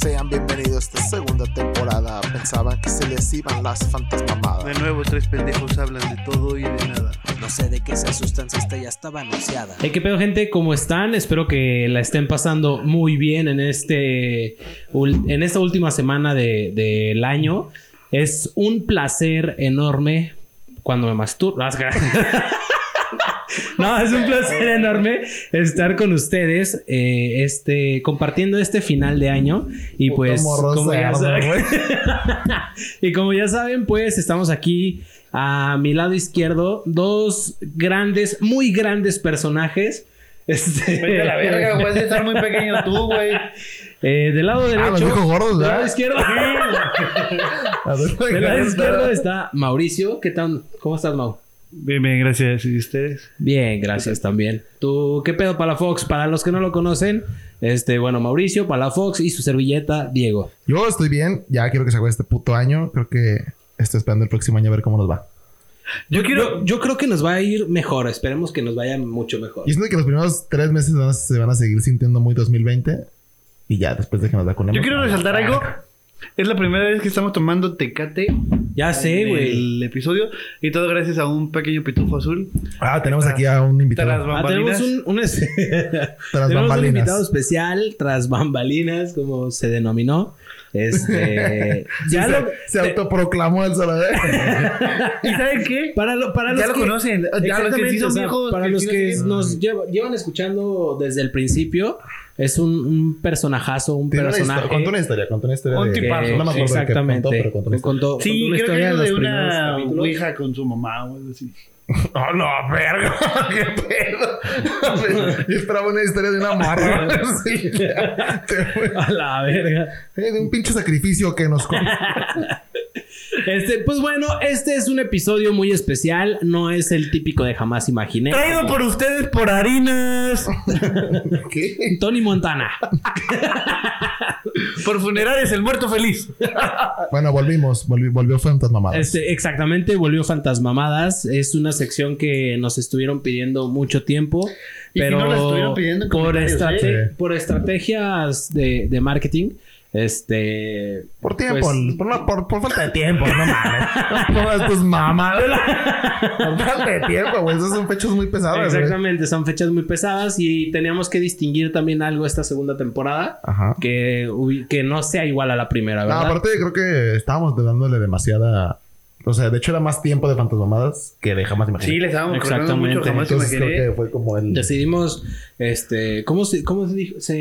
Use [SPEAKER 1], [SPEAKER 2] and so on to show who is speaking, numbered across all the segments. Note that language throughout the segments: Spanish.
[SPEAKER 1] Sean bienvenidos a esta segunda temporada. Pensaban que se les iban las fantasmamadas.
[SPEAKER 2] De nuevo, tres pendejos hablan de todo y de nada.
[SPEAKER 3] No sé de qué se asustan si esta ya estaba anunciada.
[SPEAKER 4] Hey, qué pedo, gente, ¿cómo están? Espero que la estén pasando muy bien en este ul- en esta última semana de- del año. Es un placer enorme cuando me Ah, masturbo. No, es un placer enorme estar con ustedes, eh, este, compartiendo este final de año y
[SPEAKER 1] Puto
[SPEAKER 4] pues
[SPEAKER 1] morro
[SPEAKER 4] como ya
[SPEAKER 1] cerdo,
[SPEAKER 4] saben-
[SPEAKER 1] güey.
[SPEAKER 4] y como ya saben, pues estamos aquí a mi lado izquierdo, dos grandes, muy grandes personajes. Este,
[SPEAKER 5] Vete a la verga, güey. has de estar muy pequeño tú, güey.
[SPEAKER 4] eh, del lado
[SPEAKER 1] Ah, los
[SPEAKER 4] derecho,
[SPEAKER 1] dijo gordos,
[SPEAKER 4] del lado
[SPEAKER 1] ¿verdad?
[SPEAKER 4] izquierdo,
[SPEAKER 1] A ver,
[SPEAKER 4] del lado
[SPEAKER 1] güey.
[SPEAKER 4] izquierdo está Mauricio. ¿Qué tal? ¿Cómo estás, Mau?
[SPEAKER 2] Bien, bien, gracias. ¿Y ustedes?
[SPEAKER 4] Bien, gracias también. Tú, ¿qué pedo Palafox? Para los que no lo conocen, este, bueno, Mauricio, Palafox y su servilleta, Diego.
[SPEAKER 1] Yo estoy bien. Ya quiero que se acabe este puto año. Creo que estoy esperando el próximo año a ver cómo nos va.
[SPEAKER 4] Yo quiero. Yo, creo que nos va a ir mejor. Esperemos que nos vaya mucho mejor.
[SPEAKER 1] Y siento que los primeros tres meses van a- se van a seguir sintiendo muy 2020. Y ya, después de que nos vacunemos.
[SPEAKER 5] Yo quiero resaltar algo. Ah, Es la primera vez que estamos tomando tecate.
[SPEAKER 4] Ya sé,
[SPEAKER 5] en
[SPEAKER 4] güey.
[SPEAKER 5] El episodio. Y todo gracias a un pequeño pitufo azul.
[SPEAKER 1] Ah, tenemos aquí a un
[SPEAKER 5] Tras
[SPEAKER 1] invitado.
[SPEAKER 4] Ah, tenemos
[SPEAKER 5] bambalinas.
[SPEAKER 4] un, un, es-
[SPEAKER 1] Tras
[SPEAKER 4] tenemos un
[SPEAKER 1] bambalinas.
[SPEAKER 4] invitado especial tras bambalinas, como se denominó. Este. ya
[SPEAKER 1] Sí,
[SPEAKER 4] lo-
[SPEAKER 1] se, se autoproclamó el Salvador.
[SPEAKER 5] ¿Y saben qué?
[SPEAKER 4] Para, lo- para los
[SPEAKER 5] Ya lo
[SPEAKER 4] que-
[SPEAKER 5] conocen. Ya los que
[SPEAKER 4] Exactamente,
[SPEAKER 5] sí
[SPEAKER 4] o
[SPEAKER 5] son
[SPEAKER 4] sea,
[SPEAKER 5] viejos.
[SPEAKER 4] para los
[SPEAKER 5] sí
[SPEAKER 4] que
[SPEAKER 5] no sé
[SPEAKER 4] nos lleva- llevan escuchando desde el principio, es un, un personajazo, un
[SPEAKER 1] Tiene una
[SPEAKER 4] personaje.
[SPEAKER 1] historia, contó una historia, contó una historia.
[SPEAKER 5] Un
[SPEAKER 1] de-
[SPEAKER 4] que-
[SPEAKER 5] tipazo.
[SPEAKER 1] No me acuerdo de qué
[SPEAKER 4] exactamente.
[SPEAKER 1] contó, pero contó una historia.
[SPEAKER 4] Contó-
[SPEAKER 5] qué. Sí,
[SPEAKER 4] contó una
[SPEAKER 5] creo que
[SPEAKER 4] historia
[SPEAKER 5] era
[SPEAKER 4] de
[SPEAKER 5] de
[SPEAKER 4] los primeros
[SPEAKER 5] una
[SPEAKER 4] capítulos.
[SPEAKER 5] ouija con su mamá o algo así.
[SPEAKER 1] ¡Oh, no, verga! ¡Qué pedo! Yo esperaba una historia de una marra. Sí.
[SPEAKER 4] A la verga.
[SPEAKER 1] Eh, De un pinche sacrificio que nos... co-
[SPEAKER 4] Este, pues bueno, este es un episodio muy especial. No es el típico de jamás imaginé.
[SPEAKER 5] Traído por ustedes por harinas.
[SPEAKER 1] ¿Qué?
[SPEAKER 4] Tony Montana.
[SPEAKER 5] Por funerales, el muerto feliz.
[SPEAKER 1] Bueno, volvimos. volvi- volvió Fantasmamadas.
[SPEAKER 4] Este, exactamente, volvió Fantasmamadas. Es una sección que nos estuvieron pidiendo mucho tiempo.
[SPEAKER 5] Y
[SPEAKER 4] Pero
[SPEAKER 5] si no la estuvieron pidiendo en
[SPEAKER 4] por,
[SPEAKER 5] comentarios,
[SPEAKER 4] estrate-
[SPEAKER 1] ¿eh?
[SPEAKER 4] por estrategias de, de marketing, este.
[SPEAKER 1] Por tiempo.
[SPEAKER 4] pues-
[SPEAKER 1] por, la- por- por falta de tiempo. No mames. No pongas tus mamadas. Por falta de tiempo, güey. Esas son fechas muy pesadas, güey.
[SPEAKER 4] Exactamente, son fechas muy pesadas y teníamos que distinguir también algo esta segunda temporada
[SPEAKER 1] Ajá.
[SPEAKER 4] que, hubi- que no sea igual a la primera,
[SPEAKER 1] No,
[SPEAKER 4] ¿verdad?
[SPEAKER 1] aparte creo que estábamos dándole demasiada... O sea, de hecho era más tiempo de Fantasmamadas que de Jamás Imaginé.
[SPEAKER 5] Sí, les estábamos cobrando mucho.
[SPEAKER 4] Exactamente.
[SPEAKER 5] Jamás
[SPEAKER 1] Entonces
[SPEAKER 5] imaginé.
[SPEAKER 1] creo que fue como el...
[SPEAKER 4] Decidimos, este, ¿cómo se, cómo se dijo? Se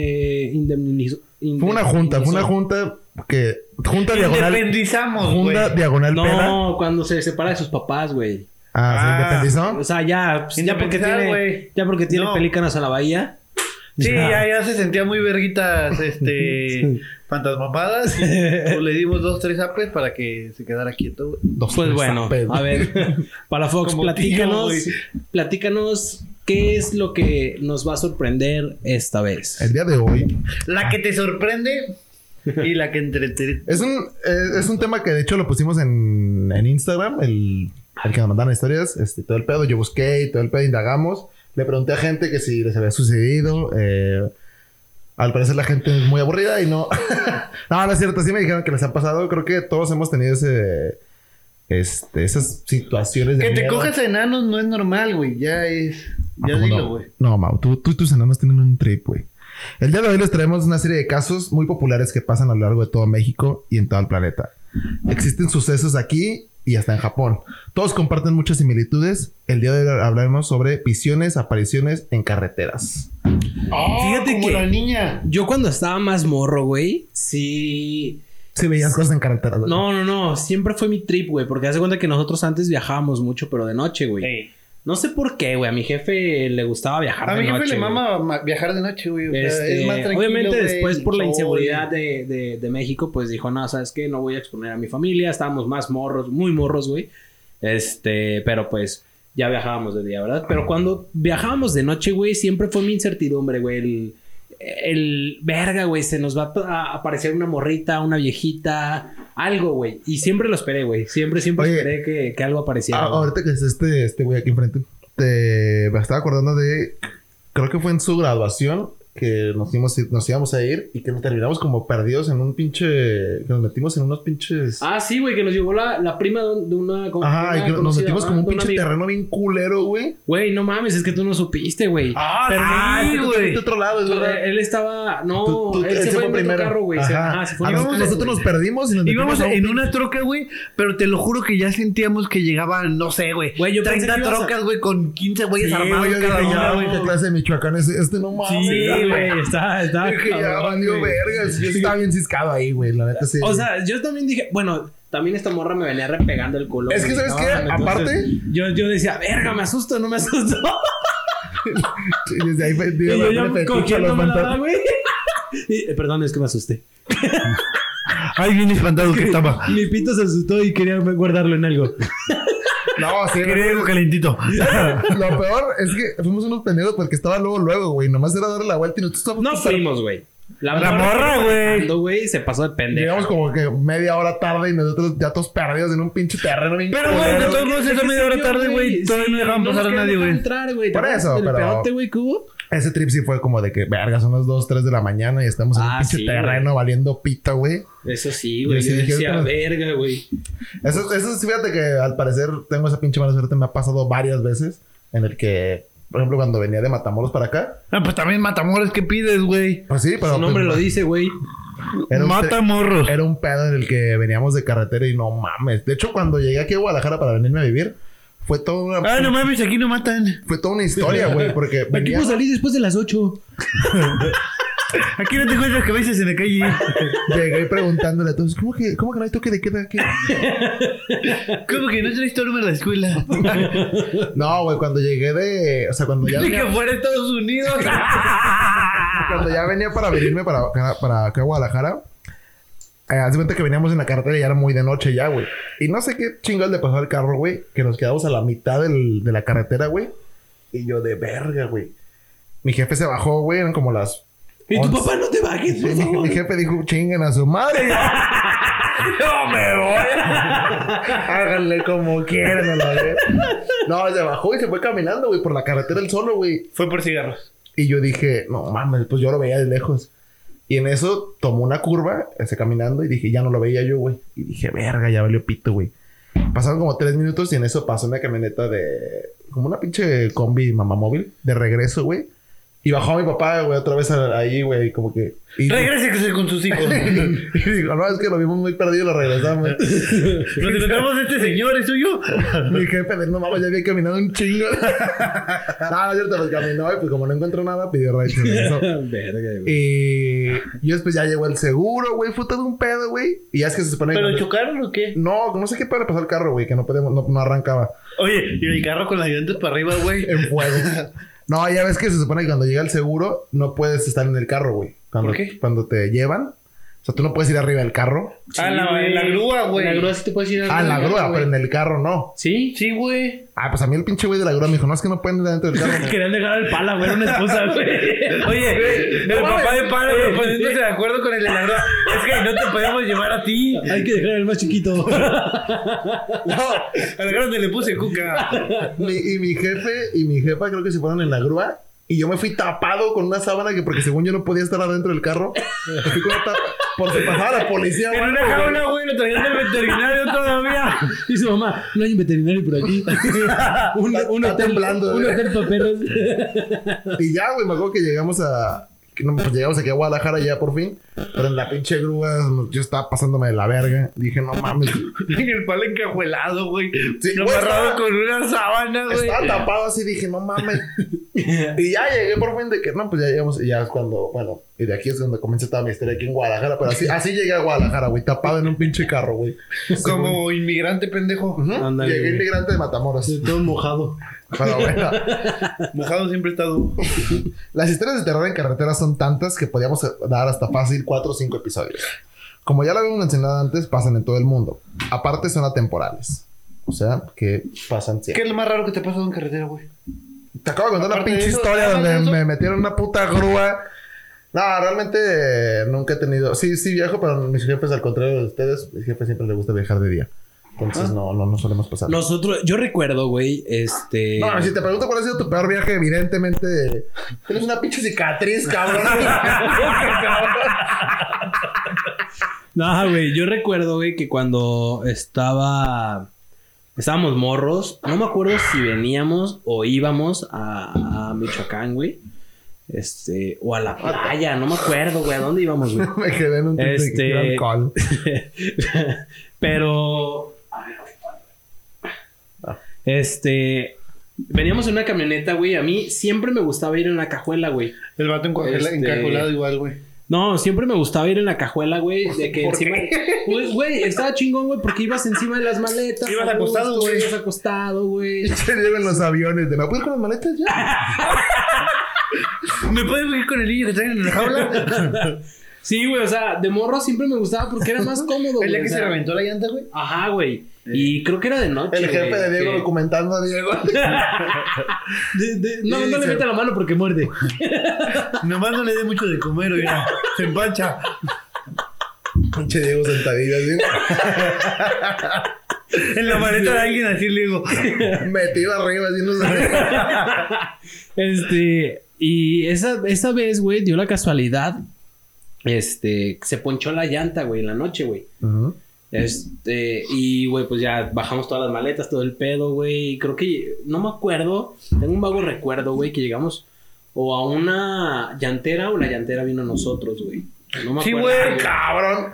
[SPEAKER 4] indemnizó.
[SPEAKER 1] Fue una junta, fue una junta que. Junta diagonal.
[SPEAKER 5] Independizamos, güey.
[SPEAKER 1] Junta diagonal peda.
[SPEAKER 4] No, cuando se separa de sus papás, güey.
[SPEAKER 1] Ah,
[SPEAKER 5] Ah.
[SPEAKER 1] ¿se independizó?
[SPEAKER 4] O sea, ya, pues, ya porque
[SPEAKER 5] Independizar,
[SPEAKER 4] tiene,
[SPEAKER 5] güey.
[SPEAKER 4] ya porque tiene
[SPEAKER 5] No.
[SPEAKER 4] pelícanos a la bahía.
[SPEAKER 5] Sí,
[SPEAKER 4] Ya.
[SPEAKER 5] ya, ya se sentía muy verguitas, este, fantasmapadas. y, pues, le dimos dos, tres apes para que se quedara quieto, güey.
[SPEAKER 1] Dos,
[SPEAKER 4] Pues
[SPEAKER 1] tres,
[SPEAKER 4] bueno,
[SPEAKER 1] zapes.
[SPEAKER 4] a ver, para Fox,
[SPEAKER 5] Como tío,
[SPEAKER 4] platícanos,
[SPEAKER 5] güey.
[SPEAKER 4] platícanos qué es lo que nos va a sorprender esta vez.
[SPEAKER 1] El día de hoy
[SPEAKER 5] La que te sorprende y la que entretiene.
[SPEAKER 1] es un, eh, es un tema que de hecho lo pusimos en, en Instagram, el, el que nos mandaban historias, este, todo el pedo. Yo busqué y todo el pedo indagamos. Le pregunté a gente que si les había sucedido. eh, al parecer la gente es muy aburrida y no. no, no es cierto. Sí me dijeron que les ha pasado. Creo que todos hemos tenido ese. Este, esas situaciones de
[SPEAKER 5] Que te
[SPEAKER 1] miedo.
[SPEAKER 5] cojas a enanos no es normal, güey. Ya es. Ya
[SPEAKER 1] ¿Cómo
[SPEAKER 5] dilo,
[SPEAKER 1] no?
[SPEAKER 5] güey.
[SPEAKER 1] No, Mau, tú, tú y tus enanos tienen un trip, güey. El día de hoy les traemos una serie de casos muy populares que pasan a lo largo de todo México y en todo el planeta. Existen sucesos aquí y hasta en Japón. Todos comparten muchas similitudes. El día de hoy hablaremos sobre visiones, apariciones en carreteras.
[SPEAKER 4] Fíjate
[SPEAKER 5] Ah, como
[SPEAKER 4] que-
[SPEAKER 5] la niña.
[SPEAKER 4] Yo cuando estaba más morro, güey, sí.
[SPEAKER 1] Si veías cosas en carreteras. güey.
[SPEAKER 4] No, no, no. Siempre fue mi trip, güey. Porque hace cuenta que nosotros antes viajábamos mucho, pero de noche, güey. No sé por qué, güey. A mi jefe le gustaba viajar
[SPEAKER 5] A
[SPEAKER 4] de
[SPEAKER 5] mi jefe
[SPEAKER 4] noche,
[SPEAKER 5] le
[SPEAKER 4] güey.
[SPEAKER 5] mama ma- viajar de noche, güey. O sea,
[SPEAKER 4] Este,
[SPEAKER 5] es más tranquilo.
[SPEAKER 4] obviamente
[SPEAKER 5] güey,
[SPEAKER 4] después por la
[SPEAKER 5] sol.
[SPEAKER 4] inseguridad de, de- de México, pues dijo, no, sabes qué, no voy a exponer a mi familia, estábamos más morros, muy morros, güey. Este, pero pues ya viajábamos de día, ¿verdad? Pero cuando viajábamos de noche, güey, siempre fue mi incertidumbre, güey. El, el verga, güey, se nos va a aparecer una morrita, una viejita, algo, güey. Y siempre lo esperé, güey. Siempre, siempre
[SPEAKER 1] Oye.
[SPEAKER 4] esperé que, que algo apareciera.
[SPEAKER 1] Ah,
[SPEAKER 4] güey.
[SPEAKER 1] ahorita que es este, este güey aquí enfrente, te me estaba acordando de. Creo que fue en su graduación. que nos, dimos, nos íbamos a ir y que nos terminamos como perdidos en un pinche. que nos metimos en unos pinches.
[SPEAKER 4] Ah, sí, güey, que nos llevó la, la prima de un- de una. como-
[SPEAKER 1] Ajá,
[SPEAKER 4] una
[SPEAKER 1] y que nos
[SPEAKER 4] conocida,
[SPEAKER 1] metimos
[SPEAKER 4] ¿no?
[SPEAKER 1] como un
[SPEAKER 4] De
[SPEAKER 1] pinche
[SPEAKER 4] amigo.
[SPEAKER 1] terreno bien culero, güey.
[SPEAKER 4] Güey, no mames, es que tú no supiste, güey.
[SPEAKER 5] Ah,
[SPEAKER 1] es
[SPEAKER 5] sí,
[SPEAKER 1] que tú te
[SPEAKER 5] güey.
[SPEAKER 1] fuiste a otro lado, es verdad.
[SPEAKER 4] él estaba. Eh, No,
[SPEAKER 1] Tú- tú-
[SPEAKER 4] él se fue en primero. carro, güey. Se-
[SPEAKER 1] Ajá.
[SPEAKER 4] Ajá, se fue
[SPEAKER 1] Ah,
[SPEAKER 4] en otro
[SPEAKER 1] nosotros-
[SPEAKER 4] carro,
[SPEAKER 1] nosotros
[SPEAKER 4] güey.
[SPEAKER 1] nos perdimos y nos metimos
[SPEAKER 5] Íbamos
[SPEAKER 1] a un
[SPEAKER 5] en
[SPEAKER 1] pinche-
[SPEAKER 5] una troca, güey, pero te lo juro que ya sentíamos que llegaban, no sé, güey.
[SPEAKER 4] Güey, yo pensé
[SPEAKER 5] 30
[SPEAKER 4] que ibas a-
[SPEAKER 5] trocas, güey, con 15 güeyes
[SPEAKER 1] Sí,
[SPEAKER 5] armados
[SPEAKER 1] güey, yo
[SPEAKER 5] cada
[SPEAKER 1] dije,
[SPEAKER 5] una,
[SPEAKER 1] ya,
[SPEAKER 5] güey.
[SPEAKER 1] güey, qué clase de Michoacán es este, no mames.
[SPEAKER 4] Sí,
[SPEAKER 1] güey.
[SPEAKER 4] güey, está, está.
[SPEAKER 1] Dije, ya
[SPEAKER 4] cabrón,
[SPEAKER 1] valió
[SPEAKER 4] güey.
[SPEAKER 1] verga. Sí, estaba bien ciscado ahí, güey. La neta sí.
[SPEAKER 4] O sea, yo también dije, bueno, también esta morra me venía repegando el culo.
[SPEAKER 1] Es que,
[SPEAKER 4] güey.
[SPEAKER 1] ¿sabes
[SPEAKER 4] No,
[SPEAKER 1] qué?
[SPEAKER 4] mames,
[SPEAKER 1] Aparte-
[SPEAKER 4] entonces, Yo, yo decía, verga, me asusto, no me asusto.
[SPEAKER 1] Y desde ahí fue-
[SPEAKER 4] Y
[SPEAKER 1] digo,
[SPEAKER 4] yo ya
[SPEAKER 1] me escucho los
[SPEAKER 4] cogiéndome
[SPEAKER 1] pantalones.
[SPEAKER 4] la güey. Y, eh, Perdón, es que me asusté.
[SPEAKER 5] Ay, bien espantado que
[SPEAKER 1] Ah.
[SPEAKER 5] estaba.
[SPEAKER 4] Mi pito se asustó y quería guardarlo en algo.
[SPEAKER 1] No, sí,
[SPEAKER 5] Quería algo calentito.
[SPEAKER 1] Lo peor es que fuimos unos pendejos porque estaba luego, luego, güey. Nomás era darle la vuelta y nosotros estábamos.
[SPEAKER 4] No fuimos, güey.
[SPEAKER 5] La morra,
[SPEAKER 4] que
[SPEAKER 5] güey.
[SPEAKER 4] andó, güey, se pasó de pendejo.
[SPEAKER 1] Llegamos como que media hora tarde y nosotros ya todos perdidos en un pinche terreno bien
[SPEAKER 5] Pero, güey,
[SPEAKER 1] culero.
[SPEAKER 5] de todos modos, esa media hora tarde, güey, todavía no dejaban pasar a nadie, güey.
[SPEAKER 4] entrar, güey. ¿Te
[SPEAKER 1] Por
[SPEAKER 4] acuerdas
[SPEAKER 1] eso,
[SPEAKER 4] del
[SPEAKER 1] pero-
[SPEAKER 4] pedote, güey, que hubo?
[SPEAKER 1] Ese trip sí fue como de que, verga, son las 2, 3 de la mañana y estamos en
[SPEAKER 4] Ah,
[SPEAKER 1] un pinche
[SPEAKER 4] sí,
[SPEAKER 1] terreno valiendo pita, güey.
[SPEAKER 4] Eso sí, güey.
[SPEAKER 1] Yo sí
[SPEAKER 4] Yo
[SPEAKER 1] dije,
[SPEAKER 4] decía,
[SPEAKER 1] ahorita-
[SPEAKER 4] verga, güey.
[SPEAKER 1] Eso, eso sí, fíjate que al parecer tengo esa pinche mala suerte, me ha pasado varias veces en el que, por ejemplo, cuando venía de Matamoros para acá,
[SPEAKER 5] Ah, pues también Matamoros, ¿qué pides, güey?
[SPEAKER 1] pues sí, pero.
[SPEAKER 4] Su nombre lo
[SPEAKER 1] pues,
[SPEAKER 4] dice, güey.
[SPEAKER 1] Era un, tre-
[SPEAKER 5] Matamorros.
[SPEAKER 1] era un pedo en el que veníamos de carretera y no mames. De hecho, cuando llegué aquí a Guadalajara para venirme a vivir, fue toda una,
[SPEAKER 5] Ah, no mames, aquí no matan.
[SPEAKER 1] fue toda una historia, güey, porque
[SPEAKER 4] Aquí
[SPEAKER 1] venía.
[SPEAKER 4] puedo salir después de las 8.
[SPEAKER 5] Aquí no te encuentras cabezas en la calle.
[SPEAKER 1] Llegué preguntándole a todos, ¿cómo que, cómo que no hay toque de queda aquí?
[SPEAKER 5] ¿Cómo que no traes tu número de la escuela?
[SPEAKER 1] No, güey, cuando llegué de. O sea, cuando ya.
[SPEAKER 5] Ni
[SPEAKER 1] venía-
[SPEAKER 5] que fuera a Estados Unidos.
[SPEAKER 1] cuando ya venía para venirme para, acá- para acá a Guadalajara, eh, haz de cuenta que veníamos en la carretera y ya era muy de noche ya, güey. Y no sé qué chingados le pasó al carro, güey, que nos quedamos a la mitad del- de la carretera, güey. Y yo de verga, güey. Mi jefe se bajó, güey, eran como las...
[SPEAKER 4] Y tu
[SPEAKER 1] Once.
[SPEAKER 4] papá no te bajes,
[SPEAKER 1] Sí,
[SPEAKER 4] por
[SPEAKER 1] mi,
[SPEAKER 4] favor.
[SPEAKER 1] mi jefe dijo, chinguen a su madre.
[SPEAKER 5] ¡No me voy!
[SPEAKER 1] Háganle como quieran, a la vez. No, se bajó y se fue caminando, güey, por la carretera el solo, güey.
[SPEAKER 5] Fue por cigarros.
[SPEAKER 1] Y yo dije, no mames, pues yo lo veía de lejos. Y en eso tomó una curva, ese caminando, y dije, ya no lo veía yo, güey. Y dije, verga, ya valió pito, güey. Pasaron como tres minutos y en eso pasó una camioneta de. como una pinche combi mamamóvil de regreso, güey. Y bajó a mi papá, güey, otra vez a- ahí, güey, como que. Y,
[SPEAKER 5] Regrese que con sus hijos.
[SPEAKER 1] y digo, no, es que lo vimos muy perdido y lo regresamos.
[SPEAKER 5] Nos encontramos este señor, ¿es suyo?
[SPEAKER 1] Mi jefe de no mames, ya había caminado un chingo. no, no es cierto, pues caminó y pues como no encontró nada, pidió raíz.
[SPEAKER 4] Verga, güey.
[SPEAKER 1] Y yo después ya llegó el seguro, güey. Fue todo un pedo, güey. Y ya es que se supone que.
[SPEAKER 5] ¿Pero
[SPEAKER 1] no-
[SPEAKER 5] chocaron o qué?
[SPEAKER 1] No, no sé qué pedo le pasó al carro, güey. Que no podemos, no, no arrancaba
[SPEAKER 5] Oye, y el carro con las llantas para arriba, güey.
[SPEAKER 1] en fuego. no, ya ves que se supone que cuando llega el seguro, no puedes estar en el carro, güey. Cuando,
[SPEAKER 5] ¿Por qué?
[SPEAKER 1] Cuando te llevan. O sea, tú no puedes ir arriba del carro.
[SPEAKER 5] Ah, la-
[SPEAKER 4] güey.
[SPEAKER 5] la grúa, güey.
[SPEAKER 4] En la grúa sí te puedes ir
[SPEAKER 1] Ah, en la grúa, pero en el carro no.
[SPEAKER 4] Sí.
[SPEAKER 5] Sí, güey.
[SPEAKER 1] Ah, pues a mí el pinche güey de la grúa me dijo, no, es que no pueden ir adentro del carro.
[SPEAKER 4] Querían dejar al pala, güey. Era una excusa, güey.
[SPEAKER 5] Oye, el papá de Pablo poniéndose de acuerdo con el de la grúa. Es que no te podemos llevar a ti.
[SPEAKER 4] Hay que dejar al más chiquito.
[SPEAKER 5] Al grande le puse cuca.
[SPEAKER 1] Mi- y mi jefe y mi jefa creo que se fueron en la grúa. Y yo me fui tapado con una sábana que porque según yo no podía estar adentro del carro. Me fui con una ta- por si pasaba la policía.
[SPEAKER 5] En
[SPEAKER 1] güey.
[SPEAKER 5] una jaula, güey, lo traían del veterinario todavía.
[SPEAKER 4] Y su mamá, no hay veterinario por aquí. un,
[SPEAKER 1] Está-
[SPEAKER 4] un
[SPEAKER 1] está
[SPEAKER 4] hotel,
[SPEAKER 1] temblando,
[SPEAKER 4] un
[SPEAKER 1] güey.
[SPEAKER 4] hotel para perros.
[SPEAKER 1] Y ya, güey, me acuerdo que llegamos a... que no, pues, llegamos aquí a Guadalajara ya por fin. Pero en la pinche grúa yo estaba pasándome de la verga. Dije, no mames.
[SPEAKER 5] Y el palo encajuelado, güey.
[SPEAKER 1] Sí, güey,
[SPEAKER 5] amarrado
[SPEAKER 1] estaba-
[SPEAKER 5] con una sábana, güey.
[SPEAKER 1] Estaba tapado así, dije, no mames. Y ya llegué por fin de que, no, pues ya llegamos. Y ya es cuando, bueno, y de aquí es donde comienza toda mi historia aquí en Guadalajara. Pero así, así llegué a Guadalajara, güey, tapado en un pinche carro, güey.
[SPEAKER 5] Como inmigrante pendejo.
[SPEAKER 1] Ujú.
[SPEAKER 4] Ándale,
[SPEAKER 1] Llegué
[SPEAKER 4] güey.
[SPEAKER 1] inmigrante de Matamoros.
[SPEAKER 4] Todo mojado.
[SPEAKER 1] Pero bueno,
[SPEAKER 5] Mojado siempre he estado.
[SPEAKER 1] las historias de terror en carretera son tantas que podíamos dar hasta fácil 4 o 5 episodios. Como ya lo habíamos mencionado antes, pasan en todo el mundo. Aparte son atemporales. O sea, que pasan
[SPEAKER 5] ¿Qué
[SPEAKER 1] siempre.
[SPEAKER 5] es lo más raro que te ha pasado en carretera, güey?
[SPEAKER 1] Te acabo de contar una
[SPEAKER 5] Aparte
[SPEAKER 1] pinche
[SPEAKER 5] de eso,
[SPEAKER 1] historia
[SPEAKER 5] aparte
[SPEAKER 1] donde
[SPEAKER 5] de eso-
[SPEAKER 1] me metieron una puta grúa. No, realmente eh, nunca he tenido... Sí, sí viajo, pero mis jefes, al contrario de ustedes, mis jefes siempre les gusta viajar de día. Entonces no, no, no solemos pasar.
[SPEAKER 4] Nosotros, yo recuerdo, güey, este.
[SPEAKER 1] No, si te pregunto cuál ha sido tu peor viaje, evidentemente tienes una pinche cicatriz, cabrón.
[SPEAKER 4] No, güey, yo recuerdo, güey, que cuando estaba. Estábamos morros. No me acuerdo si veníamos o íbamos a, a Michoacán, güey. Este, o a la playa, no me acuerdo, güey, a dónde íbamos, güey.
[SPEAKER 1] Me quedé en un trip de-
[SPEAKER 4] Este-
[SPEAKER 1] de alcohol.
[SPEAKER 4] Pero. Este. Veníamos en una camioneta, güey. A mí siempre me gustaba ir en la cajuela, güey.
[SPEAKER 5] El vato encuajela-
[SPEAKER 4] Este-
[SPEAKER 5] encaculado igual, güey.
[SPEAKER 4] No, siempre me gustaba ir en la cajuela, güey. De que
[SPEAKER 5] ¿Por
[SPEAKER 4] encima. Pues, güey, estaba chingón, güey, porque ibas encima de las maletas.
[SPEAKER 5] Ibas
[SPEAKER 4] a gusto,
[SPEAKER 5] acostado, güey.
[SPEAKER 4] Ibas acostado, güey.
[SPEAKER 1] Se llevan los aviones de me puedo ir con las maletas ya.
[SPEAKER 5] ¿Me puedes ir con el niño que traen en la jaula?
[SPEAKER 4] Sí, güey, o sea, de morro siempre me gustaba porque era más cómodo, güey.
[SPEAKER 5] el día
[SPEAKER 4] o
[SPEAKER 5] que se
[SPEAKER 4] sea.
[SPEAKER 5] reventó la llanta, güey.
[SPEAKER 4] Ajá, güey. Y creo que era de noche.
[SPEAKER 1] El jefe
[SPEAKER 4] güey,
[SPEAKER 1] de Diego
[SPEAKER 4] que-
[SPEAKER 1] documentando a Diego.
[SPEAKER 4] De- de- No,
[SPEAKER 5] Sí,
[SPEAKER 4] no le
[SPEAKER 5] se-
[SPEAKER 4] meta la mano porque muerde.
[SPEAKER 5] Nomás no le dé mucho de comer, oiga. Se empancha.
[SPEAKER 1] Pinche Diego sentadillo así.
[SPEAKER 5] En la maleta de alguien así le digo.
[SPEAKER 1] Metido arriba así no sé.
[SPEAKER 4] Este, y esa, esa vez, güey, dio la casualidad. Este, se ponchó la llanta, güey, en la noche, güey.
[SPEAKER 1] Ujú.
[SPEAKER 4] Este, y güey, pues ya bajamos todas las maletas, todo el pedo, güey. Y Creo que, no me acuerdo, tengo un vago recuerdo, güey, que llegamos o a una llantera o la llantera vino a nosotros, güey. No me
[SPEAKER 5] Sí,
[SPEAKER 4] acuerdo. Ah,
[SPEAKER 5] güey,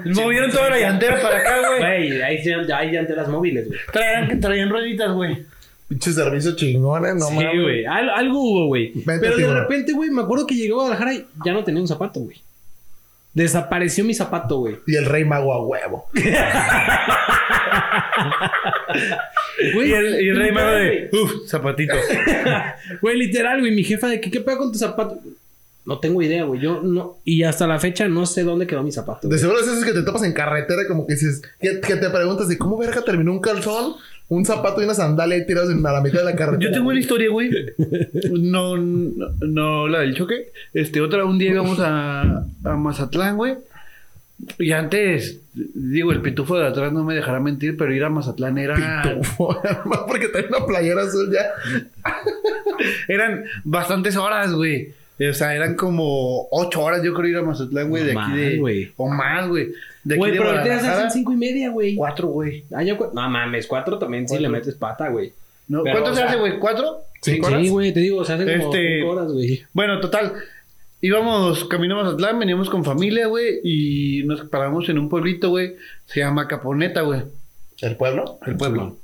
[SPEAKER 1] Cabrón.
[SPEAKER 5] Movieron toda la llantera para acá, güey.
[SPEAKER 4] Güey, hay, hay llanteras móviles, güey.
[SPEAKER 5] Traían, traían rueditas, güey.
[SPEAKER 1] Pinche servicio chingones, no mames.
[SPEAKER 4] sí, güey, al- algo hubo, güey.
[SPEAKER 1] Vente,
[SPEAKER 4] Pero de
[SPEAKER 1] tiburón.
[SPEAKER 4] repente, güey, me acuerdo que llegó a Guadalajara y ya no tenía un zapato, güey. Desapareció mi zapato, güey.
[SPEAKER 1] Y el rey mago a huevo.
[SPEAKER 4] Güey,
[SPEAKER 5] Y el, y el rey mago de,
[SPEAKER 4] literal,
[SPEAKER 5] uff, zapatito.
[SPEAKER 4] güey. Güey, literal, güey. Mi jefa de que, ¿qué pedo con tu zapato? No tengo idea, güey. Yo no. Y hasta la fecha no sé dónde quedó mi zapato.
[SPEAKER 1] De
[SPEAKER 4] güey.
[SPEAKER 1] seguro es eso que te topas en carretera, como que dices, que, que te preguntas de cómo verga terminó un calzón, un zapato y una sandalia ahí tirados en a la mitad de la carretera.
[SPEAKER 5] Yo tengo una historia, güey. No, no, no la del choque. Este, otra, un día íbamos a, a Mazatlán, güey. Y antes, digo, el pitufo de atrás no me dejará mentir, pero ir a Mazatlán era.
[SPEAKER 1] Pitufo, además, porque trae una playera azul ya.
[SPEAKER 5] Eran bastantes horas, güey. O sea, eran como ocho horas, yo creo, ir a Mazatlán, güey, de
[SPEAKER 4] Más,
[SPEAKER 5] aquí de.
[SPEAKER 4] güey.
[SPEAKER 5] O más, güey. De aquí
[SPEAKER 4] Güey,
[SPEAKER 5] de
[SPEAKER 4] pero ahorita ya se
[SPEAKER 5] Guadalajara,
[SPEAKER 4] hacen cinco y media, güey.
[SPEAKER 5] Cuatro, güey.
[SPEAKER 4] Ah, ya cu- no mames, cuatro también sí le
[SPEAKER 5] Cuatro.
[SPEAKER 4] metes pata, güey.
[SPEAKER 5] No,
[SPEAKER 4] Pero,
[SPEAKER 5] ¿Cuánto
[SPEAKER 4] o
[SPEAKER 5] se
[SPEAKER 4] sea,
[SPEAKER 5] hace, güey? ¿Cuatro?
[SPEAKER 4] Sí,
[SPEAKER 5] ¿Cinco horas?
[SPEAKER 4] sí, güey, te digo, se hacen como
[SPEAKER 5] Este-
[SPEAKER 4] cinco horas, güey.
[SPEAKER 5] Bueno, total. Íbamos camino a Mazatlán, veníamos con familia, güey, y nos paramos en un pueblito, güey. Se llama Caponeta, güey.
[SPEAKER 1] ¿El pueblo?
[SPEAKER 5] El pueblo.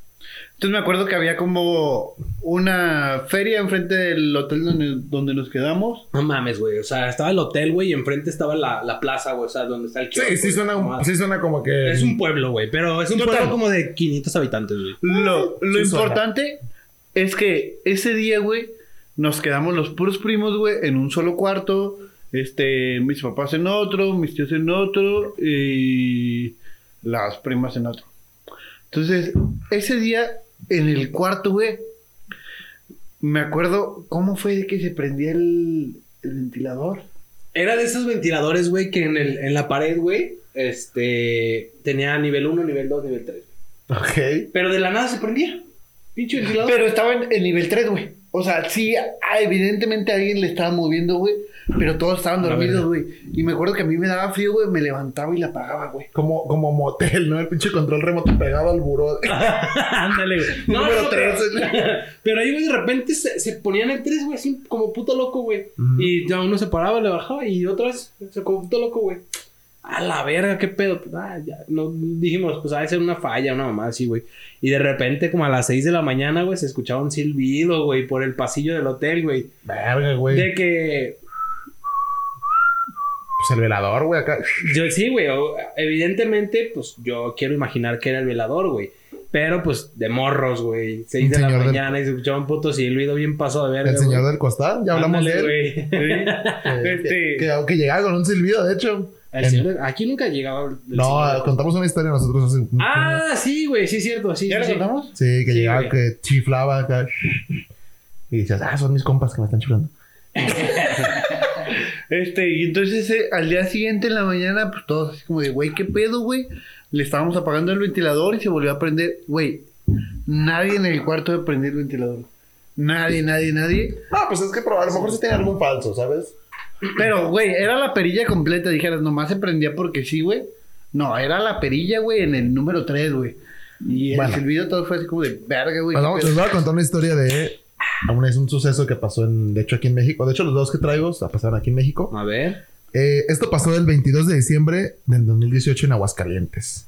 [SPEAKER 5] Entonces me acuerdo que había como una feria enfrente del hotel donde, donde nos quedamos.
[SPEAKER 4] No mames, güey. O sea, estaba el hotel, güey, y enfrente estaba la, la plaza, güey. O sea, donde está el kiosco,
[SPEAKER 1] Sí, sí
[SPEAKER 4] güey.
[SPEAKER 1] suena,
[SPEAKER 4] No,
[SPEAKER 1] un- sí suena como que.
[SPEAKER 4] Es un pueblo, güey, pero es un
[SPEAKER 5] Total.
[SPEAKER 4] pueblo como de 500 habitantes, güey.
[SPEAKER 5] Lo, lo
[SPEAKER 1] sí suena.
[SPEAKER 5] importante es que ese día, güey, nos quedamos los puros primos, güey, en un solo cuarto. Este, mis papás en otro, mis tíos en otro y las primas en otro. Entonces, ese día en el cuarto, güey, me acuerdo cómo fue de que se prendía el, el ventilador.
[SPEAKER 4] Era de esos ventiladores, güey, que en, el, en la pared, güey, este, tenía nivel 1, nivel 2, nivel 3.
[SPEAKER 1] Ok.
[SPEAKER 4] Pero de la nada se prendía. Pinche ventilador.
[SPEAKER 5] Pero estaba en el nivel 3, güey. O sea, sí, ah, evidentemente alguien le estaba moviendo, güey. Pero todos estaban
[SPEAKER 4] A la
[SPEAKER 5] dormidos, güey. Y me acuerdo que a mí me daba frío, güey. Me levantaba y la apagaba, güey.
[SPEAKER 1] Como, como motel, ¿no? El pinche control remoto pegado al buró.
[SPEAKER 4] Ándale, güey. No,
[SPEAKER 1] Número
[SPEAKER 4] no,
[SPEAKER 1] tres.
[SPEAKER 4] Pero, pero ahí, güey, de repente se, se ponían en tres, güey, así como puto loco, güey. Y ya uno se paraba, le bajaba y otra vez, se como puto loco, güey. A la verga, qué pedo. Pues, ah, ya, no, dijimos, pues ha de ser una falla, una mamá así, güey. Y de repente, como a las 6 de la mañana, güey, se escuchaba un silbido, güey, por el pasillo del hotel, güey.
[SPEAKER 1] Verga, güey.
[SPEAKER 4] De que
[SPEAKER 1] Pues el velador, güey, acá.
[SPEAKER 4] Yo sí, güey. o- Evidentemente, pues yo quiero imaginar que era el velador, güey. Pero pues de morros, güey. Seis
[SPEAKER 1] Un
[SPEAKER 4] de la
[SPEAKER 1] señor del-
[SPEAKER 4] mañana y se escuchaba un puto silbido bien pasado de verga.
[SPEAKER 1] El señor del costal, ya hablamos de él.
[SPEAKER 4] de él.
[SPEAKER 1] Eh,
[SPEAKER 5] Este-
[SPEAKER 1] que, que, que llegaba con un silbido, de hecho. En-
[SPEAKER 4] Aquí nunca llegaba. el
[SPEAKER 1] no,
[SPEAKER 4] señor.
[SPEAKER 1] contamos una historia nosotros hace un-
[SPEAKER 4] Ah, sí, güey. Sí, es cierto. Sí,
[SPEAKER 5] ¿Ya
[SPEAKER 4] sí,
[SPEAKER 5] lo
[SPEAKER 4] sí.
[SPEAKER 5] contamos?
[SPEAKER 1] Sí, que
[SPEAKER 4] Sí,
[SPEAKER 1] llegaba,
[SPEAKER 4] güey.
[SPEAKER 1] que chiflaba acá. Y decías, ah, son mis compas que me están chiflando.
[SPEAKER 5] Este, y entonces eh, al día siguiente en la mañana, pues todos así como de, güey, ¿qué pedo, güey? Le estábamos apagando el ventilador y se volvió a prender. Güey, nadie en el cuarto de prender el ventilador. Nadie, nadie, nadie.
[SPEAKER 1] No, pues es que proba- a lo mejor sí tiene algún falso, ¿sabes?
[SPEAKER 5] Pero, güey, era la perilla completa. Dijeras, nomás se prendía porque sí, güey. No, era la perilla, güey, en el número 3, güey. Y
[SPEAKER 1] Bueno.
[SPEAKER 5] el silbido todo fue así como de verga, güey. qué
[SPEAKER 1] Pues vamos,
[SPEAKER 5] pedo".
[SPEAKER 1] les voy a contar una historia de una- es un suceso que pasó en, de hecho aquí en México. De hecho, los dos que traigo o sea, pasaron aquí en México.
[SPEAKER 4] A ver.
[SPEAKER 1] Eh, esto pasó el 22 de diciembre del 2018 en Aguascalientes,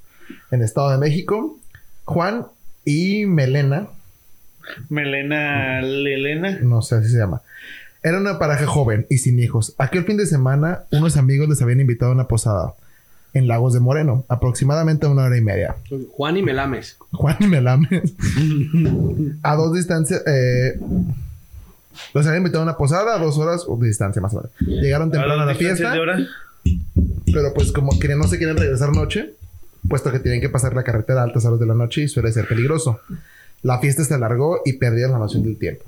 [SPEAKER 1] en Estado de México. Juan y Melena,
[SPEAKER 5] Melena, Lelena.
[SPEAKER 1] no sé así se llama. Era una pareja joven y sin hijos. Aquel fin de semana, unos amigos les habían invitado a una posada en Lagos de Moreno, aproximadamente a una hora y media.
[SPEAKER 4] Juan y Melames.
[SPEAKER 1] Juan y Melames. a dos distancias. Eh, los habían invitado a una posada a dos horas o de distancia más o menos. Llegaron temprano a la fiesta,
[SPEAKER 5] De hora?
[SPEAKER 1] pero pues como que no se quieren regresar noche, puesto que tienen que pasar la carretera a altas horas de la noche y suele ser peligroso. La fiesta se alargó y perdieron la noción del tiempo.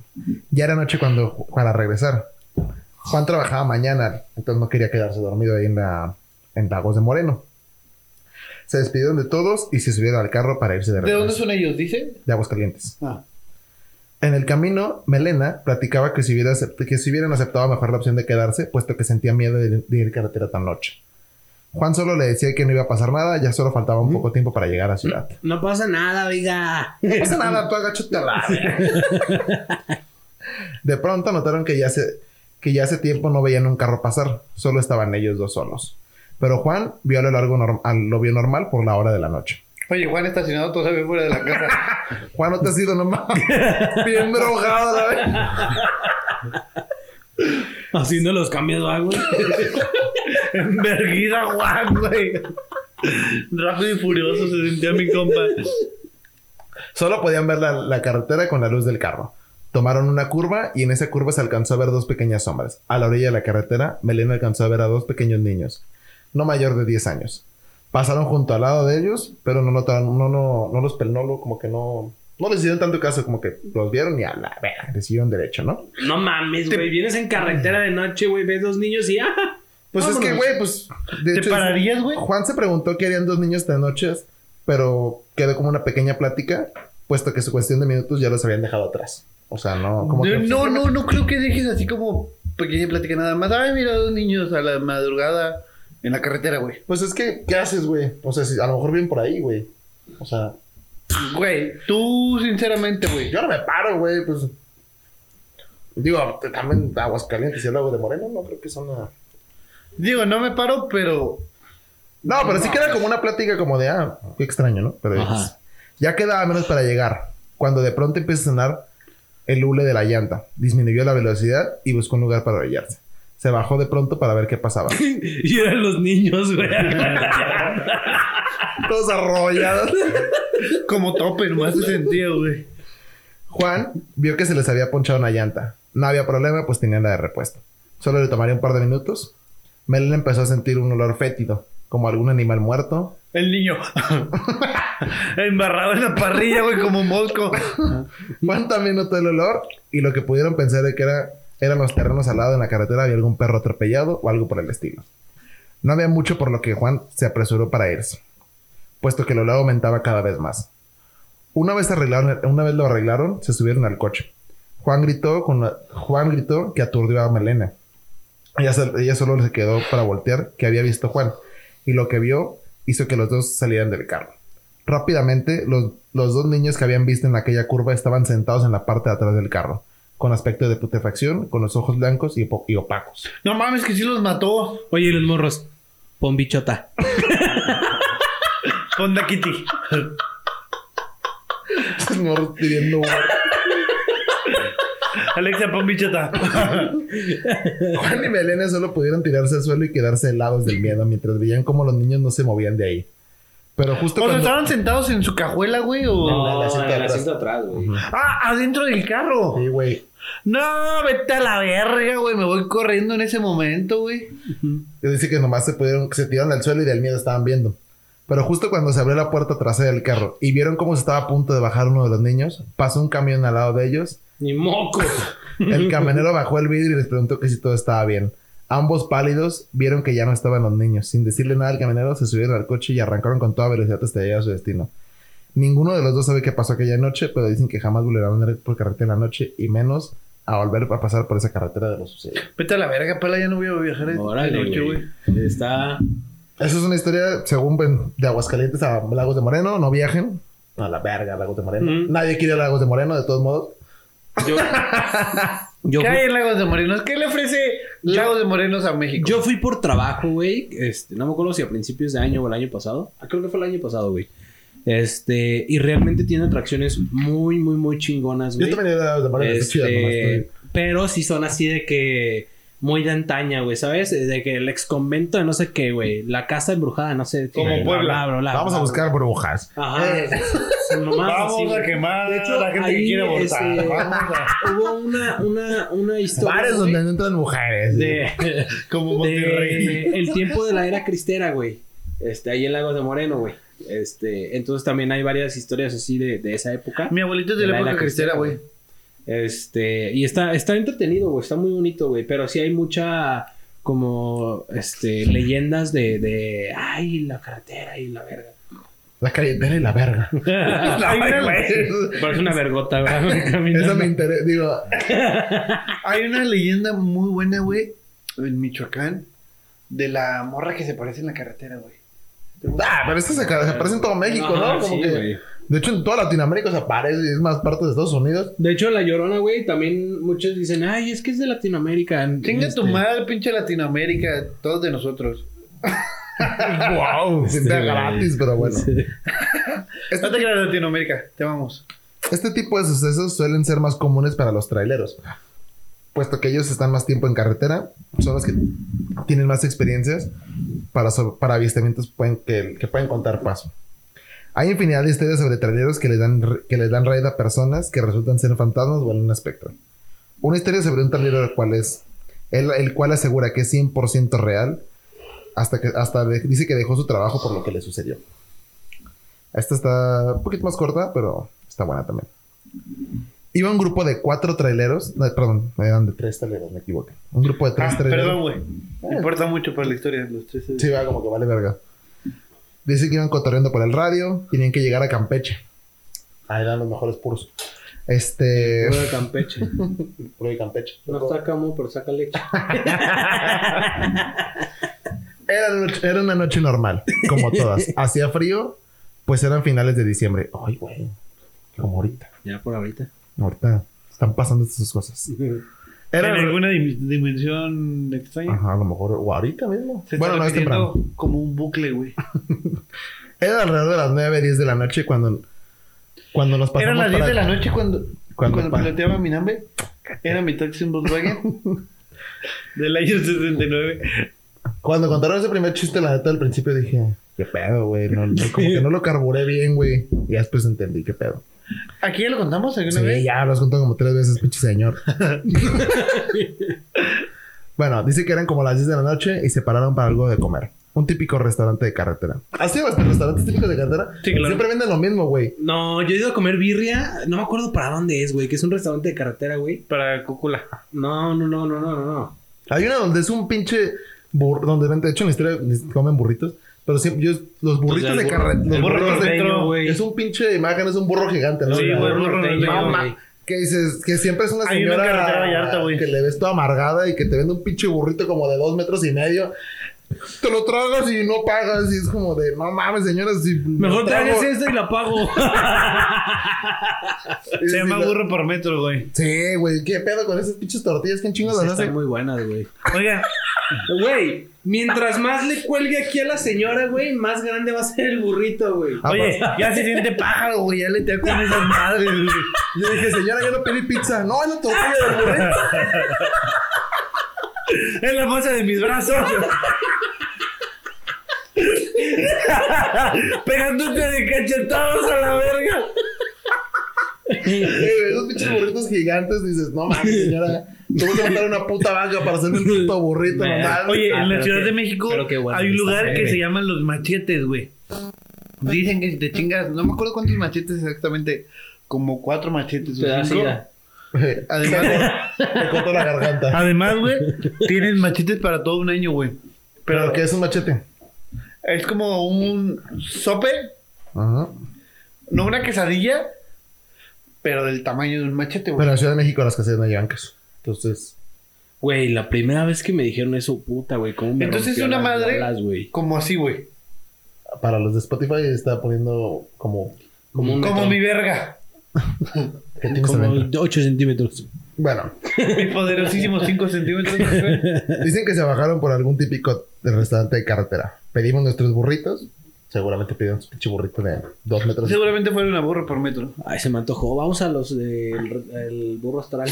[SPEAKER 1] Ya era noche cuando Ju- para regresar. Juan trabajaba mañana, entonces no quería quedarse dormido ahí en la en Lagos de Moreno. Se despidieron de todos y se subieron al carro para irse de
[SPEAKER 5] ¿De
[SPEAKER 1] regreso.
[SPEAKER 5] dónde son ellos? ¿Dice?
[SPEAKER 1] De Aguascalientes.
[SPEAKER 5] Ah.
[SPEAKER 1] En el camino, Melena platicaba que si, hubiera acept- que si hubieran aceptado mejor la opción de quedarse, puesto que sentía miedo de, de ir carretera tan noche. Juan solo le decía que no iba a pasar nada, ya solo faltaba un poco tiempo para llegar a ciudad.
[SPEAKER 4] No pasa nada, oiga.
[SPEAKER 1] No pasa nada, tú agáchate a la verga. De pronto notaron que ya hace, que ya hace tiempo no veían un carro pasar, solo estaban ellos dos solos. Pero Juan vio a lo largo norm- a lo vio normal por la hora de la noche.
[SPEAKER 5] Oye, Juan estacionado todavía fuera de la casa.
[SPEAKER 1] Juan, no te has ido nomás. Bien drogado, la verga.
[SPEAKER 4] Haciendo los cambios, va, güey.
[SPEAKER 5] Enverguida Juan, güey. Rápido y furioso se sentía mi compa.
[SPEAKER 1] Solo podían ver la, la carretera con la luz del carro. Tomaron una curva y en esa curva se alcanzó a ver dos pequeñas sombras. A la orilla de la carretera, Melena alcanzó a ver a dos pequeños niños, no mayor de 10 años. Pasaron junto al lado de ellos, pero no notaron, no, no, no los pel- no lo- como que no, no les hicieron tanto caso, como que los vieron y a la verga, les siguieron derecho, ¿no?
[SPEAKER 4] No mames, güey. Vienes en carretera de noche, güey. Ves dos niños y ¡ah!
[SPEAKER 1] Pues es que,
[SPEAKER 5] Vámonos.
[SPEAKER 1] güey, pues. de
[SPEAKER 5] ¿Te
[SPEAKER 1] hecho, es-
[SPEAKER 5] pararías, güey?
[SPEAKER 1] Juan se preguntó qué harían dos niños de noches, pero quedó como una pequeña plática, puesto que su cuestión de minutos ya los habían dejado atrás. O sea, no, como que.
[SPEAKER 5] No, no, no creo que dejes así como pequeña plática nada más. Ay, mira dos niños a la madrugada en la carretera, güey.
[SPEAKER 1] Pues es que, ¿qué haces, güey? O sea, si- a lo mejor vienen por ahí, güey. O sea,
[SPEAKER 5] Güey, tú sinceramente, güey.
[SPEAKER 1] yo no me paro, güey, pues. Digo, t- también Aguascalientes y el lago de Moreno, no creo que son una.
[SPEAKER 5] Digo, no me paro, pero
[SPEAKER 1] No, pero sí que era como una plática como de, ah, qué extraño, ¿no? Pero
[SPEAKER 4] Ajá.
[SPEAKER 1] es- ya quedaba menos para llegar. Cuando de pronto empieza a sonar el hule de la llanta, disminuyó la velocidad y buscó un lugar para orillarse. Se bajó de pronto para ver qué pasaba.
[SPEAKER 4] Y eran los niños, güey.
[SPEAKER 1] Todos arrollados.
[SPEAKER 5] como tope, nomás se sentía, güey.
[SPEAKER 1] Juan vio que se les había ponchado una llanta. No había problema, pues tenían la de repuesto. Solo le tomaría un par de minutos. Melena empezó a sentir un olor fétido, como algún animal muerto.
[SPEAKER 5] El niño embarrado en la parrilla, güey, como mosco.
[SPEAKER 1] Juan también notó el olor y lo que pudieron pensar de que era, eran los terrenos al lado en la carretera, había algún perro atropellado o algo por el estilo. No había mucho por lo que Juan se apresuró para irse, puesto que el olor aumentaba cada vez más. Una vez, arreglaron, una vez lo arreglaron, se subieron al coche. Juan gritó, con la- Juan gritó que aturdió a Melena. Ella, sol- ella solo se quedó para voltear que había visto Juan, y lo que vio hizo que los dos salieran del carro. Rápidamente, los, los dos niños que habían visto en aquella curva estaban sentados en la parte de atrás del carro, con aspecto de putrefacción, con los ojos blancos y, opo- y opacos.
[SPEAKER 5] No mames, que sí los mató.
[SPEAKER 4] Oye, y los morros. Pon bichota.
[SPEAKER 5] Honda Kitty.
[SPEAKER 1] Morros pidiendo humor.
[SPEAKER 5] Alexa, pon bichota.
[SPEAKER 1] Juan y Melena solo pudieron tirarse al suelo y quedarse helados del miedo mientras veían cómo los niños no se movían de ahí. Pero justo
[SPEAKER 5] O sea,
[SPEAKER 1] cuando...
[SPEAKER 5] estaban sentados en su cajuela, güey, o.
[SPEAKER 1] No, la cinta atrás.
[SPEAKER 4] atrás, güey.
[SPEAKER 5] Ah, adentro del carro.
[SPEAKER 1] Sí, güey.
[SPEAKER 5] No, vete a la verga, güey. Me voy corriendo en ese momento, güey.
[SPEAKER 1] Dice que nomás se pudieron, que se tiraron al suelo y del miedo estaban viendo. Pero justo cuando se abrió la puerta trasera del carro y vieron cómo se estaba a punto de bajar uno de los niños, pasó un camión al lado de ellos
[SPEAKER 4] Ni mocos.
[SPEAKER 1] El camionero bajó el vidrio y les preguntó que si todo estaba bien. Ambos pálidos vieron que ya no estaban los niños. Sin decirle nada al camionero, se subieron al coche y arrancaron con toda velocidad hasta llegar a su destino. Ninguno de los dos sabe qué pasó aquella noche, pero dicen que jamás volverán a ir por carretera en la noche y menos a volver a pasar por esa carretera de lo sucedido.
[SPEAKER 5] Vete a la verga, pala, ya no voy a viajar en
[SPEAKER 4] Órale,
[SPEAKER 5] noche,
[SPEAKER 4] güey. Está.
[SPEAKER 1] Esa es una historia, según ven, de Aguascalientes a Lagos de Moreno. No viajen. A la verga, Lagos de Moreno.
[SPEAKER 4] Mm.
[SPEAKER 1] Nadie quiere ir a Lagos de Moreno, de todos modos.
[SPEAKER 4] Yo, yo,
[SPEAKER 5] ¿Qué
[SPEAKER 4] fui,
[SPEAKER 5] hay en Lagos de Morenos? ¿Qué le ofrece Lagos de Morenos a México?
[SPEAKER 4] yo fui por trabajo, güey. Este, no me acuerdo si a principios de año o el año pasado. Ah, Creo que fue el año pasado, güey. Este, y realmente tiene atracciones muy, muy, muy chingonas,
[SPEAKER 1] Yo
[SPEAKER 4] güey.
[SPEAKER 1] también he ido a Lagos de Moreno. está chida, nomás
[SPEAKER 4] Este,
[SPEAKER 1] estoy-
[SPEAKER 4] pero sí son así de que muy de antaña, güey, ¿sabes? De que el ex convento de no sé qué, güey, la casa embrujada, no sé.
[SPEAKER 5] Como
[SPEAKER 4] bla,
[SPEAKER 5] Puebla.
[SPEAKER 4] bla, bla, bla,
[SPEAKER 1] Vamos a
[SPEAKER 4] bla.
[SPEAKER 1] buscar brujas.
[SPEAKER 4] Ajá.
[SPEAKER 1] Eh.
[SPEAKER 4] Nomás así,
[SPEAKER 5] Vamos a
[SPEAKER 4] güey.
[SPEAKER 5] quemar
[SPEAKER 4] De
[SPEAKER 5] a
[SPEAKER 4] hecho,
[SPEAKER 5] la gente que
[SPEAKER 4] ahí,
[SPEAKER 5] quiere votar.
[SPEAKER 4] este,
[SPEAKER 5] Vamos a-
[SPEAKER 4] Hubo una, una, una historia.
[SPEAKER 1] Bares
[SPEAKER 4] güey,
[SPEAKER 1] donde no entran mujeres.
[SPEAKER 4] de,
[SPEAKER 5] Como
[SPEAKER 4] de
[SPEAKER 5] Monterrey.
[SPEAKER 4] el tiempo de la era cristera, güey. Este, ahí en Lagos de Moreno, güey. Este, entonces también hay varias historias así de, de esa época.
[SPEAKER 5] Mi abuelito es de
[SPEAKER 4] de
[SPEAKER 5] la,
[SPEAKER 4] la de la
[SPEAKER 5] época cristera,
[SPEAKER 4] cristera,
[SPEAKER 5] güey.
[SPEAKER 4] Este, y está, está entretenido, güey, está muy bonito, güey, pero sí hay mucha como este leyendas de, de ay, la carretera y la verga.
[SPEAKER 1] La carretera y la verga.
[SPEAKER 5] Hay una-
[SPEAKER 4] Parece una vergota, güey. caminando.
[SPEAKER 1] Eso me interesa. Digo,
[SPEAKER 5] Hay una leyenda muy buena, güey, en Michoacán, de la morra que se parece en la carretera, güey.
[SPEAKER 1] ah, pero esto se, ca- se aparece en todo México,
[SPEAKER 4] Ajá,
[SPEAKER 1] ¿no? Como
[SPEAKER 4] sí,
[SPEAKER 1] que-
[SPEAKER 4] güey.
[SPEAKER 1] de hecho, en toda Latinoamérica se aparece y es más parte de Estados Unidos.
[SPEAKER 4] De hecho, la llorona, güey, también muchos dicen, ay, es que es de Latinoamérica.
[SPEAKER 5] Chinga
[SPEAKER 4] Este,
[SPEAKER 5] tu madre, pinche Latinoamérica, todos de nosotros.
[SPEAKER 1] ¡Wow!
[SPEAKER 4] Sí, güey.
[SPEAKER 1] gratis, pero bueno.
[SPEAKER 4] Sí.
[SPEAKER 5] No te creas Latinoamérica, te vamos.
[SPEAKER 1] Este tipo de sucesos suelen ser más comunes para los traileros, puesto que ellos están más tiempo en carretera, son los que tienen más experiencias para, so- para avistamientos pueden- que, que pueden contar paso. Hay infinidad de historias sobre traileros que le dan, r- que le dan raid a personas que resultan ser fantasmas o en un espectro. Una historia sobre un trailero el cual es, el, el cual asegura que es 100% real, hasta que hasta de- dice que dejó su trabajo por lo que le sucedió. Esta está un poquito más corta, pero está buena también. Iba un grupo de cuatro traileros. No, perdón, eran de tres traileros, me equivoqué. Un grupo de tres
[SPEAKER 5] Ah,
[SPEAKER 1] traileros.
[SPEAKER 5] perdón, güey. Me Importa mucho para la historia los tres.
[SPEAKER 1] Sí, va, como que vale verga. Dice que iban cotorreando por el radio, tenían que llegar a Campeche. Ah, eran los mejores puros. Este.
[SPEAKER 4] Puro de Campeche.
[SPEAKER 1] Puro de Campeche.
[SPEAKER 4] No saca mo, pero saca leche.
[SPEAKER 1] Era, noche- era una noche normal, como todas. Hacía frío, pues eran finales de diciembre. Ay, güey. Como ahorita.
[SPEAKER 4] Ya por ahorita.
[SPEAKER 1] Ahorita están pasando estas cosas.
[SPEAKER 5] ¿Era
[SPEAKER 1] Era.
[SPEAKER 5] en alguna dim- dimensión extraña?
[SPEAKER 1] Ajá, a lo mejor. O ahorita mismo.
[SPEAKER 5] Se está
[SPEAKER 1] Bueno, no este es
[SPEAKER 5] repitiendo
[SPEAKER 1] temprano.
[SPEAKER 5] Como un bucle, güey.
[SPEAKER 1] Era alrededor de las 9, 10 de la noche cuando. Cuando nos pasamos.
[SPEAKER 5] Eran las 10
[SPEAKER 1] para-
[SPEAKER 5] de la noche cuando,
[SPEAKER 1] Cuando
[SPEAKER 5] cuando,
[SPEAKER 1] pa-
[SPEAKER 5] piloteaba mi Nambe. Era mi taxi en Volkswagen. del año 69.
[SPEAKER 1] Cuando contaron ese primer chiste, la neta, al principio dije, qué pedo, güey. No, no, como que no lo carburé bien, güey. Y ya después entendí qué pedo.
[SPEAKER 5] ¿Aquí ya lo contamos alguna
[SPEAKER 1] Sí,
[SPEAKER 5] vez?
[SPEAKER 1] ya lo has contado como tres veces, pinche señor. bueno, dice que eran como las 10 de la noche y se pararon para algo de comer. Un típico restaurante de carretera. Así los restaurantes típicos de carretera.
[SPEAKER 5] Sí, claro.
[SPEAKER 1] Siempre venden lo mismo, güey.
[SPEAKER 4] No, yo he ido a comer birria. No me acuerdo para dónde es, güey. Que es un restaurante de carretera, güey.
[SPEAKER 5] Para Cúcula.
[SPEAKER 4] No, no, no, no, no, no, no.
[SPEAKER 1] Hay una donde es un pinche burro, donde ven- de hecho en la historia comen burritos. Pero siempre, yo, los burritos
[SPEAKER 4] Pues el
[SPEAKER 1] de
[SPEAKER 4] burro-
[SPEAKER 1] carretera. Los
[SPEAKER 5] el burro
[SPEAKER 1] burritos de.
[SPEAKER 5] norteño,
[SPEAKER 4] centro, güey.
[SPEAKER 1] Es un pinche imagen, es un burro gigante, ¿no?
[SPEAKER 5] Sí,
[SPEAKER 1] La-
[SPEAKER 5] güey, burro
[SPEAKER 4] norteño,
[SPEAKER 5] norteño,
[SPEAKER 4] güey.
[SPEAKER 1] Que dices, que siempre es una
[SPEAKER 5] Hay una
[SPEAKER 1] señora
[SPEAKER 5] carretera Vallarta, güey.
[SPEAKER 1] que le ves toda amargada y que te vende un pinche burrito como de dos metros y medio. Te lo tragas y no pagas. Y es como de, no mames, señores. Si
[SPEAKER 4] Mejor
[SPEAKER 1] tragas
[SPEAKER 4] tragas esta y la pago.
[SPEAKER 5] Se llama burro por metro, güey.
[SPEAKER 1] Sí, güey, ¿qué pedo con esas pinches tortillas? ¿Quién chingos las hace?
[SPEAKER 4] Están muy buenas, güey.
[SPEAKER 5] Oiga,
[SPEAKER 4] Güey, mientras más le cuelgue aquí a la señora, güey, más grande va a ser el burrito, güey.
[SPEAKER 1] Ah,
[SPEAKER 5] oye, ya se siente pájaro, güey. Ya le te con esas madres, güey.
[SPEAKER 1] Yo dije, señora, yo no pedí pizza. No, es la tortilla del burrito.
[SPEAKER 5] Es la bolsa de mis brazos. Pegándote de cachetados a la verga.
[SPEAKER 1] Eh, Esos pinches burritos gigantes. Dices, no mames, señora. Tuve que montar una puta banca para hacerme un puto burrito. no
[SPEAKER 4] Nah.
[SPEAKER 1] mames.
[SPEAKER 5] Oye,
[SPEAKER 4] Ah,
[SPEAKER 5] en la
[SPEAKER 4] pero
[SPEAKER 5] Ciudad
[SPEAKER 4] qué-
[SPEAKER 5] de México
[SPEAKER 4] pero qué bueno
[SPEAKER 5] hay un
[SPEAKER 4] está,
[SPEAKER 5] lugar que
[SPEAKER 4] güey.
[SPEAKER 5] se llaman los machetes, güey. Dicen que si te chingas, no me acuerdo cuántos machetes exactamente, como cuatro machetes. o
[SPEAKER 4] Te da
[SPEAKER 5] cinco.
[SPEAKER 4] sida.
[SPEAKER 5] Además,
[SPEAKER 1] Me cortó la garganta.
[SPEAKER 5] además, güey, tienes machetes para todo un año, güey. Pero
[SPEAKER 1] Pero que es un machete.
[SPEAKER 5] es como un sope,
[SPEAKER 1] Ajá.
[SPEAKER 5] no una quesadilla, pero del tamaño de un machete, güey.
[SPEAKER 1] Pero en Ciudad de México las caseras no llevan queso. Entonces,
[SPEAKER 4] Güey, la primera vez que me dijeron eso, puta, güey, cómo me
[SPEAKER 5] Entonces
[SPEAKER 4] rompió
[SPEAKER 5] una
[SPEAKER 4] las
[SPEAKER 5] madre-
[SPEAKER 4] bolas, güey.
[SPEAKER 5] Como así, güey.
[SPEAKER 1] para los de Spotify está poniendo como.
[SPEAKER 4] Como un
[SPEAKER 5] Como
[SPEAKER 4] metro-
[SPEAKER 5] mi verga.
[SPEAKER 1] ¿Qué tienes
[SPEAKER 4] como
[SPEAKER 1] adentro?
[SPEAKER 4] 8 centímetros.
[SPEAKER 1] Bueno,
[SPEAKER 5] Mi poderosísimo 5 centímetros. güey.
[SPEAKER 1] dicen que se bajaron por algún típico del restaurante de carretera. Pedimos nuestros burritos. Seguramente pidieron su pinche burrito de dos metros.
[SPEAKER 5] Seguramente fuera una burra por metro.
[SPEAKER 4] Ay, se me antojó. Vamos a los del el burro astral.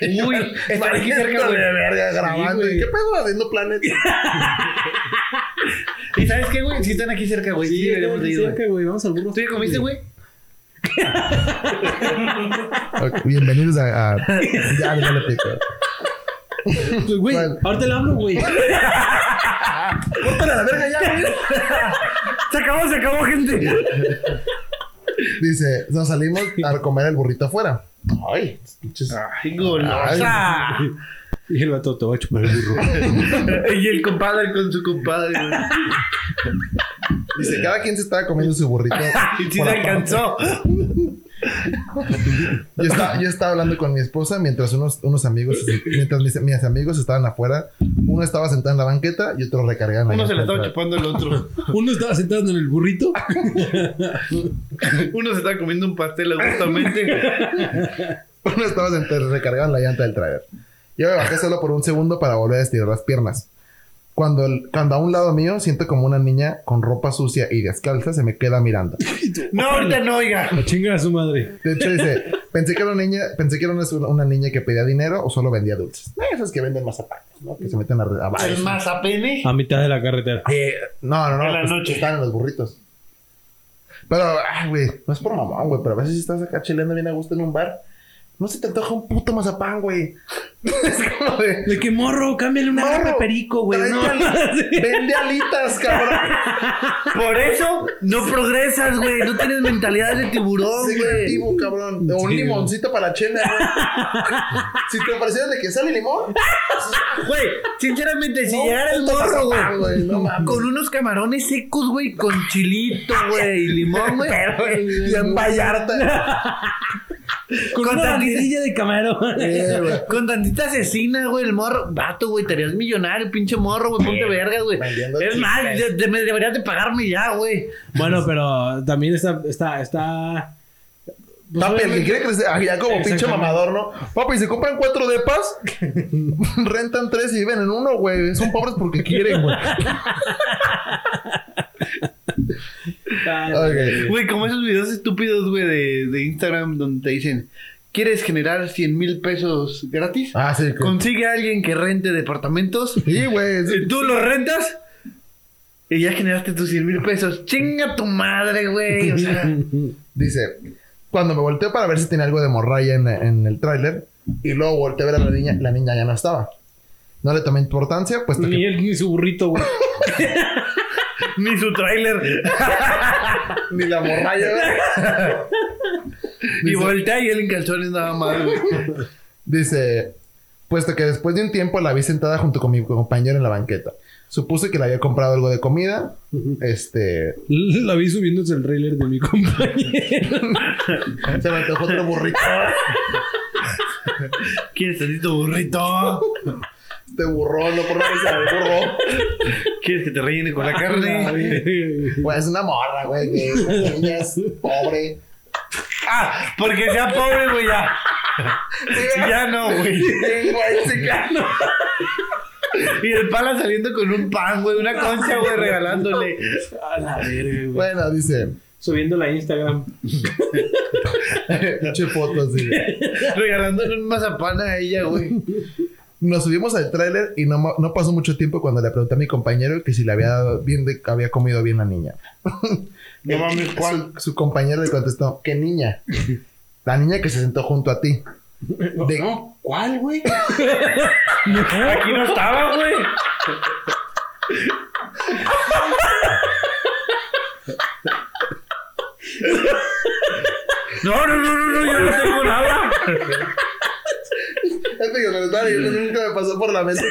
[SPEAKER 5] Uy, está aquí cerca, güey.
[SPEAKER 1] de verga grabando.
[SPEAKER 4] güey.
[SPEAKER 1] ¿Qué pedo haciendo planes?
[SPEAKER 5] ¿Y sabes qué, güey? Si están aquí cerca,
[SPEAKER 4] Pues
[SPEAKER 5] güey. Sí, deberíamos de ir, güey.
[SPEAKER 4] cerca, güey. Vamos al burro
[SPEAKER 5] ¿Tú ya comiste, güey?
[SPEAKER 1] Ok, bienvenidos a. a- ya, ya le pico.
[SPEAKER 4] Pues, Güey,
[SPEAKER 1] ¿Cuál?
[SPEAKER 4] ahorita le hablo, güey.
[SPEAKER 1] ¡Córtale la verga ya, güey!
[SPEAKER 5] Se acabó, se acabó, gente.
[SPEAKER 1] Dice, nos salimos a comer el burrito afuera. Ay, pinches.
[SPEAKER 5] Ay, golosa.
[SPEAKER 4] Y el vato te va a chupar el burro.
[SPEAKER 5] y el compadre con su compadre, güey.
[SPEAKER 1] Dice, cada quien se estaba comiendo su burrito.
[SPEAKER 5] Y si
[SPEAKER 1] por
[SPEAKER 5] se
[SPEAKER 1] aparte.
[SPEAKER 5] alcanzó.
[SPEAKER 1] Yo estaba, yo estaba hablando con mi esposa mientras unos, unos amigos, mientras mis, mis amigos estaban afuera. Uno estaba sentado en la banqueta y otro recargado en la
[SPEAKER 5] Uno se la
[SPEAKER 1] banqueta.
[SPEAKER 5] estaba chupando al otro.
[SPEAKER 4] Uno estaba sentado en el burrito.
[SPEAKER 5] Uno se estaba comiendo un pastel justamente.
[SPEAKER 1] Uno estaba sentado recargado en la llanta del trailer. Yo me bajé solo por un segundo para volver a estirar las piernas. Cuando, el- cuando a un lado mío siento como una niña con ropa sucia y descalza se me queda mirando.
[SPEAKER 5] No, ahorita no, oiga.
[SPEAKER 4] La chinga a su madre.
[SPEAKER 1] De hecho, dice, pensé que era una niña, pensé que era una, una niña que pedía dinero o solo vendía dulces. Eh, esas que venden mazapanes, ¿no? Que se meten a, a bares.
[SPEAKER 5] El mazapene.
[SPEAKER 1] Ah.
[SPEAKER 4] A mitad de la carretera.
[SPEAKER 1] Eh, no, no, no.
[SPEAKER 5] En la noche.
[SPEAKER 1] Están en los burritos. Pero, ay, güey, no es por mamón, güey, pero a veces estás acá chileando bien a gusto en un bar. No se te antoja un puto mazapán, güey. es como de.
[SPEAKER 4] De que morro, cámbiale una
[SPEAKER 1] Morro,
[SPEAKER 4] garra a perico, güey.
[SPEAKER 1] tráete
[SPEAKER 4] No.
[SPEAKER 1] al-
[SPEAKER 4] Sí.
[SPEAKER 1] Vende alitas, cabrón.
[SPEAKER 5] Por eso no progresas, güey. No tienes mentalidad de tiburón,
[SPEAKER 1] Sigue
[SPEAKER 5] güey.
[SPEAKER 1] activo, cabrón. O un
[SPEAKER 4] Sí.
[SPEAKER 1] limoncito para la chela, güey. si te ofrecieron de que sale limón,
[SPEAKER 5] Güey, sinceramente, si
[SPEAKER 1] No,
[SPEAKER 5] llegara el
[SPEAKER 1] puto
[SPEAKER 5] morro,
[SPEAKER 1] mazapán,
[SPEAKER 5] güey.
[SPEAKER 1] güey, no mames.
[SPEAKER 5] Con unos camarones secos, güey, con chilito, güey, y limón, güey.
[SPEAKER 1] y en Vallarta.
[SPEAKER 4] Con
[SPEAKER 5] Con
[SPEAKER 4] una
[SPEAKER 5] tantita-
[SPEAKER 4] banderilla de camarón.
[SPEAKER 1] Eh, güey.
[SPEAKER 5] Con tantita asesina, güey, el morro. Vato, güey, te harías millonario, pinche morro, güey, ponte vergas, güey.
[SPEAKER 1] vendiendo
[SPEAKER 5] Es más,
[SPEAKER 1] chistes.
[SPEAKER 5] de- de- me deberías de pagarme ya, güey.
[SPEAKER 4] Bueno, pero también está. está, está pues,
[SPEAKER 1] Papi, el que
[SPEAKER 4] obviamente-
[SPEAKER 1] quiere crecer, ah, ya como pinche
[SPEAKER 4] Exactamente.
[SPEAKER 1] mamador, ¿no? Papi, se compran cuatro depas, rentan tres y viven en uno, güey. Son pobres porque quieren, güey.
[SPEAKER 4] Ay,
[SPEAKER 1] Ok.
[SPEAKER 5] Güey, como esos videos estúpidos, güey, de, de Instagram donde te dicen, ¿quieres generar 100 mil pesos gratis?
[SPEAKER 1] Ah, sí. que-
[SPEAKER 5] Consigue a alguien que rente departamentos.
[SPEAKER 1] Sí, güey. sí.
[SPEAKER 5] eh, Tú los rentas. Y ya generaste tus 100 mil pesos. Chinga tu madre, güey. O sea,
[SPEAKER 1] Dice, cuando me volteé para ver si tenía algo de morraya en, en el tráiler, y luego volteé a ver a la niña, la niña ya no estaba. No le tomé importancia, puesto
[SPEAKER 4] Ni
[SPEAKER 1] que...
[SPEAKER 4] él ni su burrito, güey.
[SPEAKER 5] ni su tráiler.
[SPEAKER 1] Ni la morralla, güey.
[SPEAKER 5] y voltea y él en calzones nada más, güey.
[SPEAKER 1] Dice, puesto que después de un tiempo la vi sentada junto con mi compañero en la banqueta. Supuse que le había comprado algo de comida. Este,
[SPEAKER 4] La vi subiéndose el trailer de mi compañero.
[SPEAKER 1] se me antojó otro burrito.
[SPEAKER 5] ¿Quieres tantito burrito?
[SPEAKER 1] Este burrón, no por nada se llama burro.
[SPEAKER 5] ¿Quieres que te rellene con la carne?
[SPEAKER 1] Güey, es Pues una morra, güey, que es una niña, es pobre.
[SPEAKER 5] ah, porque sea pobre, güey, ya. Sí, ya no, güey.
[SPEAKER 1] Bien, güey, sí, claro.
[SPEAKER 5] Y el pala saliendo con un pan, güey, una concha, güey, regalándole.
[SPEAKER 4] A la verga, güey.
[SPEAKER 1] Bueno, dice,
[SPEAKER 4] Subiendo la Instagram.
[SPEAKER 1] pinche foto así. güey.
[SPEAKER 5] Regalándole un mazapán a ella, güey.
[SPEAKER 1] Nos subimos al tráiler y no, ma- no pasó mucho tiempo cuando le pregunté a mi compañero que si le había dado bien de, había comido bien la niña.
[SPEAKER 5] No mames, ¿cuál?
[SPEAKER 1] Su, su compañero le contestó, ¿qué niña? La niña que se sentó junto a ti. De-
[SPEAKER 4] No, ¿cuál, güey?
[SPEAKER 5] Aquí no estaba, güey. No, no, no, no, no, yo no tengo nada.
[SPEAKER 1] Este que me lo estaba diciendo nunca me pasó por la mente.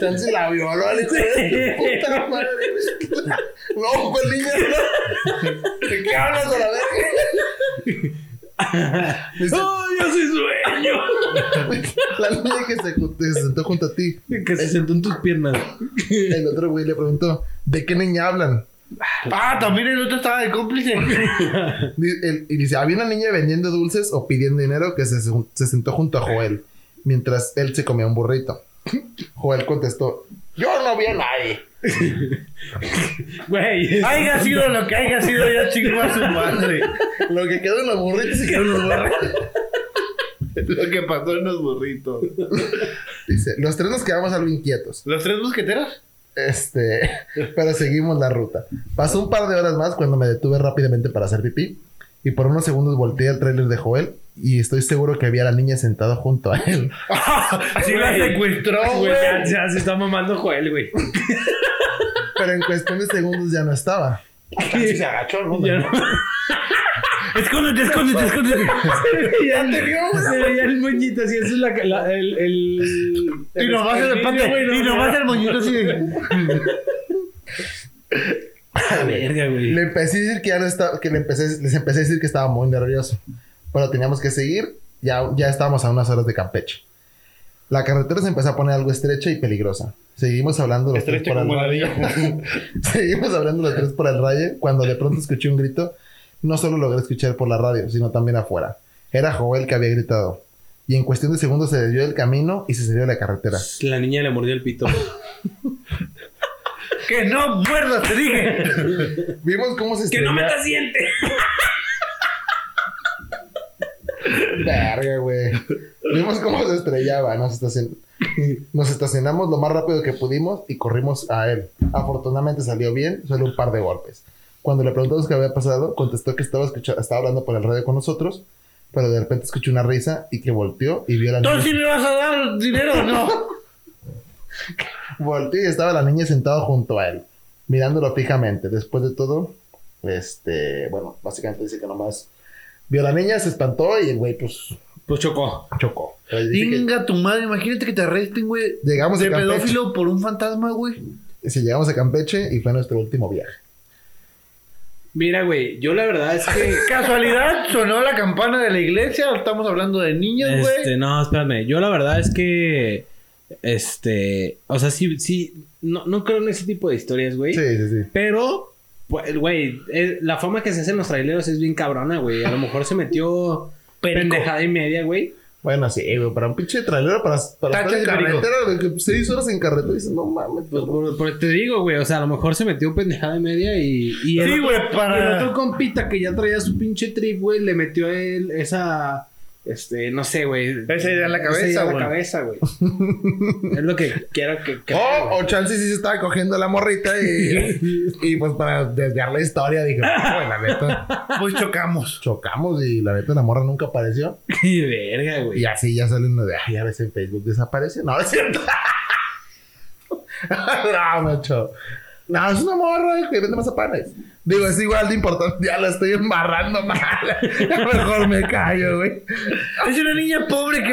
[SPEAKER 1] Chance la violó Alex. Puta madre. No, pues niña. no. ¿De qué hablas a la verga? Dice,
[SPEAKER 4] ¡Oh, yo soy sueño!
[SPEAKER 1] La niña que se, ju- que se sentó junto a ti.
[SPEAKER 4] que se sentó en tus piernas.
[SPEAKER 1] El otro güey le preguntó, ¿de qué niña hablan?
[SPEAKER 5] Ah, también el otro estaba de cómplice.
[SPEAKER 1] Di- el- Y dice, había una niña vendiendo dulces o pidiendo dinero que se, se- se sentó junto a Joel mientras él se comía un burrito. Joel contestó, yo no vi a nadie.
[SPEAKER 4] Güey.
[SPEAKER 5] Haya sido lo que haya sido, ya chingó a su madre.
[SPEAKER 1] Lo que quedó en los burritos se quedó en los burritos.
[SPEAKER 5] Lo que pasó en los burritos.
[SPEAKER 1] Dice, los tres nos quedamos algo inquietos.
[SPEAKER 5] ¿Los tres mosqueteros?
[SPEAKER 1] Este, pero seguimos la ruta. Pasó un par de horas más cuando me detuve rápidamente para hacer pipí. Y por unos segundos volteé al tráiler de Joel y estoy seguro que había a la niña sentada junto a él.
[SPEAKER 5] Sí la
[SPEAKER 4] Güey.
[SPEAKER 5] secuestró,
[SPEAKER 4] Güey,
[SPEAKER 5] güey.
[SPEAKER 4] ya, ya se está mamando Joel, güey.
[SPEAKER 1] Pero en cuestión de segundos ya no estaba.
[SPEAKER 5] Se agachó, ¿no?
[SPEAKER 4] Ya no.
[SPEAKER 5] Escóndete, escóndete, escóndete.
[SPEAKER 4] Ya te vio, Se veía el moñito así, eso es la, la- el, el,
[SPEAKER 5] Y nomás el
[SPEAKER 4] vídeo, güey,
[SPEAKER 5] empate. Y
[SPEAKER 4] no,
[SPEAKER 5] nomás el moñito así de.
[SPEAKER 4] la verga, güey.
[SPEAKER 1] Le empecé a decir que ya no estaba, que le empecé, les empecé a decir que estaba muy nervioso. Pero teníamos que seguir. Ya, ya estábamos a unas horas de Campeche. La carretera se empezó a poner algo estrecha y peligrosa. Seguimos hablando los tres
[SPEAKER 5] Estrecho
[SPEAKER 1] por el
[SPEAKER 5] como la
[SPEAKER 1] radio. Seguimos hablando los tres por el radio cuando de pronto escuché un grito. No solo logré escuchar por la radio, sino también afuera. Era Joel que había gritado. Y en cuestión de segundos se desvió del camino y se salió de la carretera.
[SPEAKER 4] La niña le mordió el pito.
[SPEAKER 5] ¡Que no muerdas, te dije!
[SPEAKER 1] Vimos cómo se
[SPEAKER 4] ¡Que no me
[SPEAKER 1] estrella-
[SPEAKER 4] te sientes!
[SPEAKER 1] Verga, güey. Vimos cómo se estrellaba. Nos, estacion- nos estacionamos lo más rápido que pudimos y corrimos a él. Afortunadamente salió bien, solo un par de golpes. Cuando le preguntamos qué había pasado, contestó que estaba, escucha- estaba hablando por el radio con nosotros, pero de repente escuchó una risa y que volteó y vio a la
[SPEAKER 5] ¿Tú sí
[SPEAKER 1] niña.
[SPEAKER 5] me vas a dar dinero o no?
[SPEAKER 1] Volteó y estaba la niña sentada junto a él, mirándolo fijamente. Después de todo, este, bueno, básicamente dice que nomás vio a la niña, se espantó y el güey, pues,
[SPEAKER 4] Pues chocó.
[SPEAKER 1] chocó. Pero dice que-
[SPEAKER 5] Venga, tu madre, imagínate que te arresten, güey.
[SPEAKER 1] Llegamos a
[SPEAKER 5] de
[SPEAKER 1] Campeche.
[SPEAKER 5] pedófilo por un fantasma, güey.
[SPEAKER 1] Si llegamos a Campeche y fue nuestro último viaje.
[SPEAKER 4] Mira, güey, yo la verdad es que.
[SPEAKER 5] Casualidad, sonó la campana de la iglesia. Estamos hablando de niños, güey.
[SPEAKER 4] Este, no, espérame. Yo la verdad es que. Este. O sea, sí, sí. No, no creo en ese tipo de historias, güey.
[SPEAKER 1] Sí, sí, sí.
[SPEAKER 4] Pero, pues, güey, eh, la fama que se hace en los traileros es bien cabrona, güey. A lo mejor se metió
[SPEAKER 5] Perico.
[SPEAKER 4] pendejada y media, güey.
[SPEAKER 1] Bueno, sí, güey, para un pinche trailero, para, para
[SPEAKER 5] Tacho
[SPEAKER 1] estar en
[SPEAKER 5] perico.
[SPEAKER 1] carretera, de que seis horas en carretera, dices, no mames.
[SPEAKER 4] Pues, por- por- te digo, güey, o sea, a lo mejor se metió pendejada y media y... y el
[SPEAKER 5] Sí,
[SPEAKER 4] otro-
[SPEAKER 5] güey, para-
[SPEAKER 4] y el otro compita que ya traía su pinche trip, güey, le metió a él esa... Este, no sé, güey.
[SPEAKER 5] Esa idea en la cabeza,
[SPEAKER 4] Esa idea en
[SPEAKER 5] güey. Oh.
[SPEAKER 4] la cabeza, güey. es lo que quiero que... que
[SPEAKER 1] Oh, O, o chance sí se estaba cogiendo a la morrita y, y pues para desviar la historia dije, pues la neta,
[SPEAKER 5] Pues chocamos.
[SPEAKER 1] chocamos y la neta la morra nunca apareció.
[SPEAKER 4] Qué verga, güey.
[SPEAKER 1] Y así ya sale uno de, ay, a veces en Facebook desaparece. No, no es cierto. no, macho. No, es una morra güey, que vende mazapanes. Digo, es igual de importante. Ya la estoy embarrando mal. Mejor me callo, güey.
[SPEAKER 5] Es una niña pobre que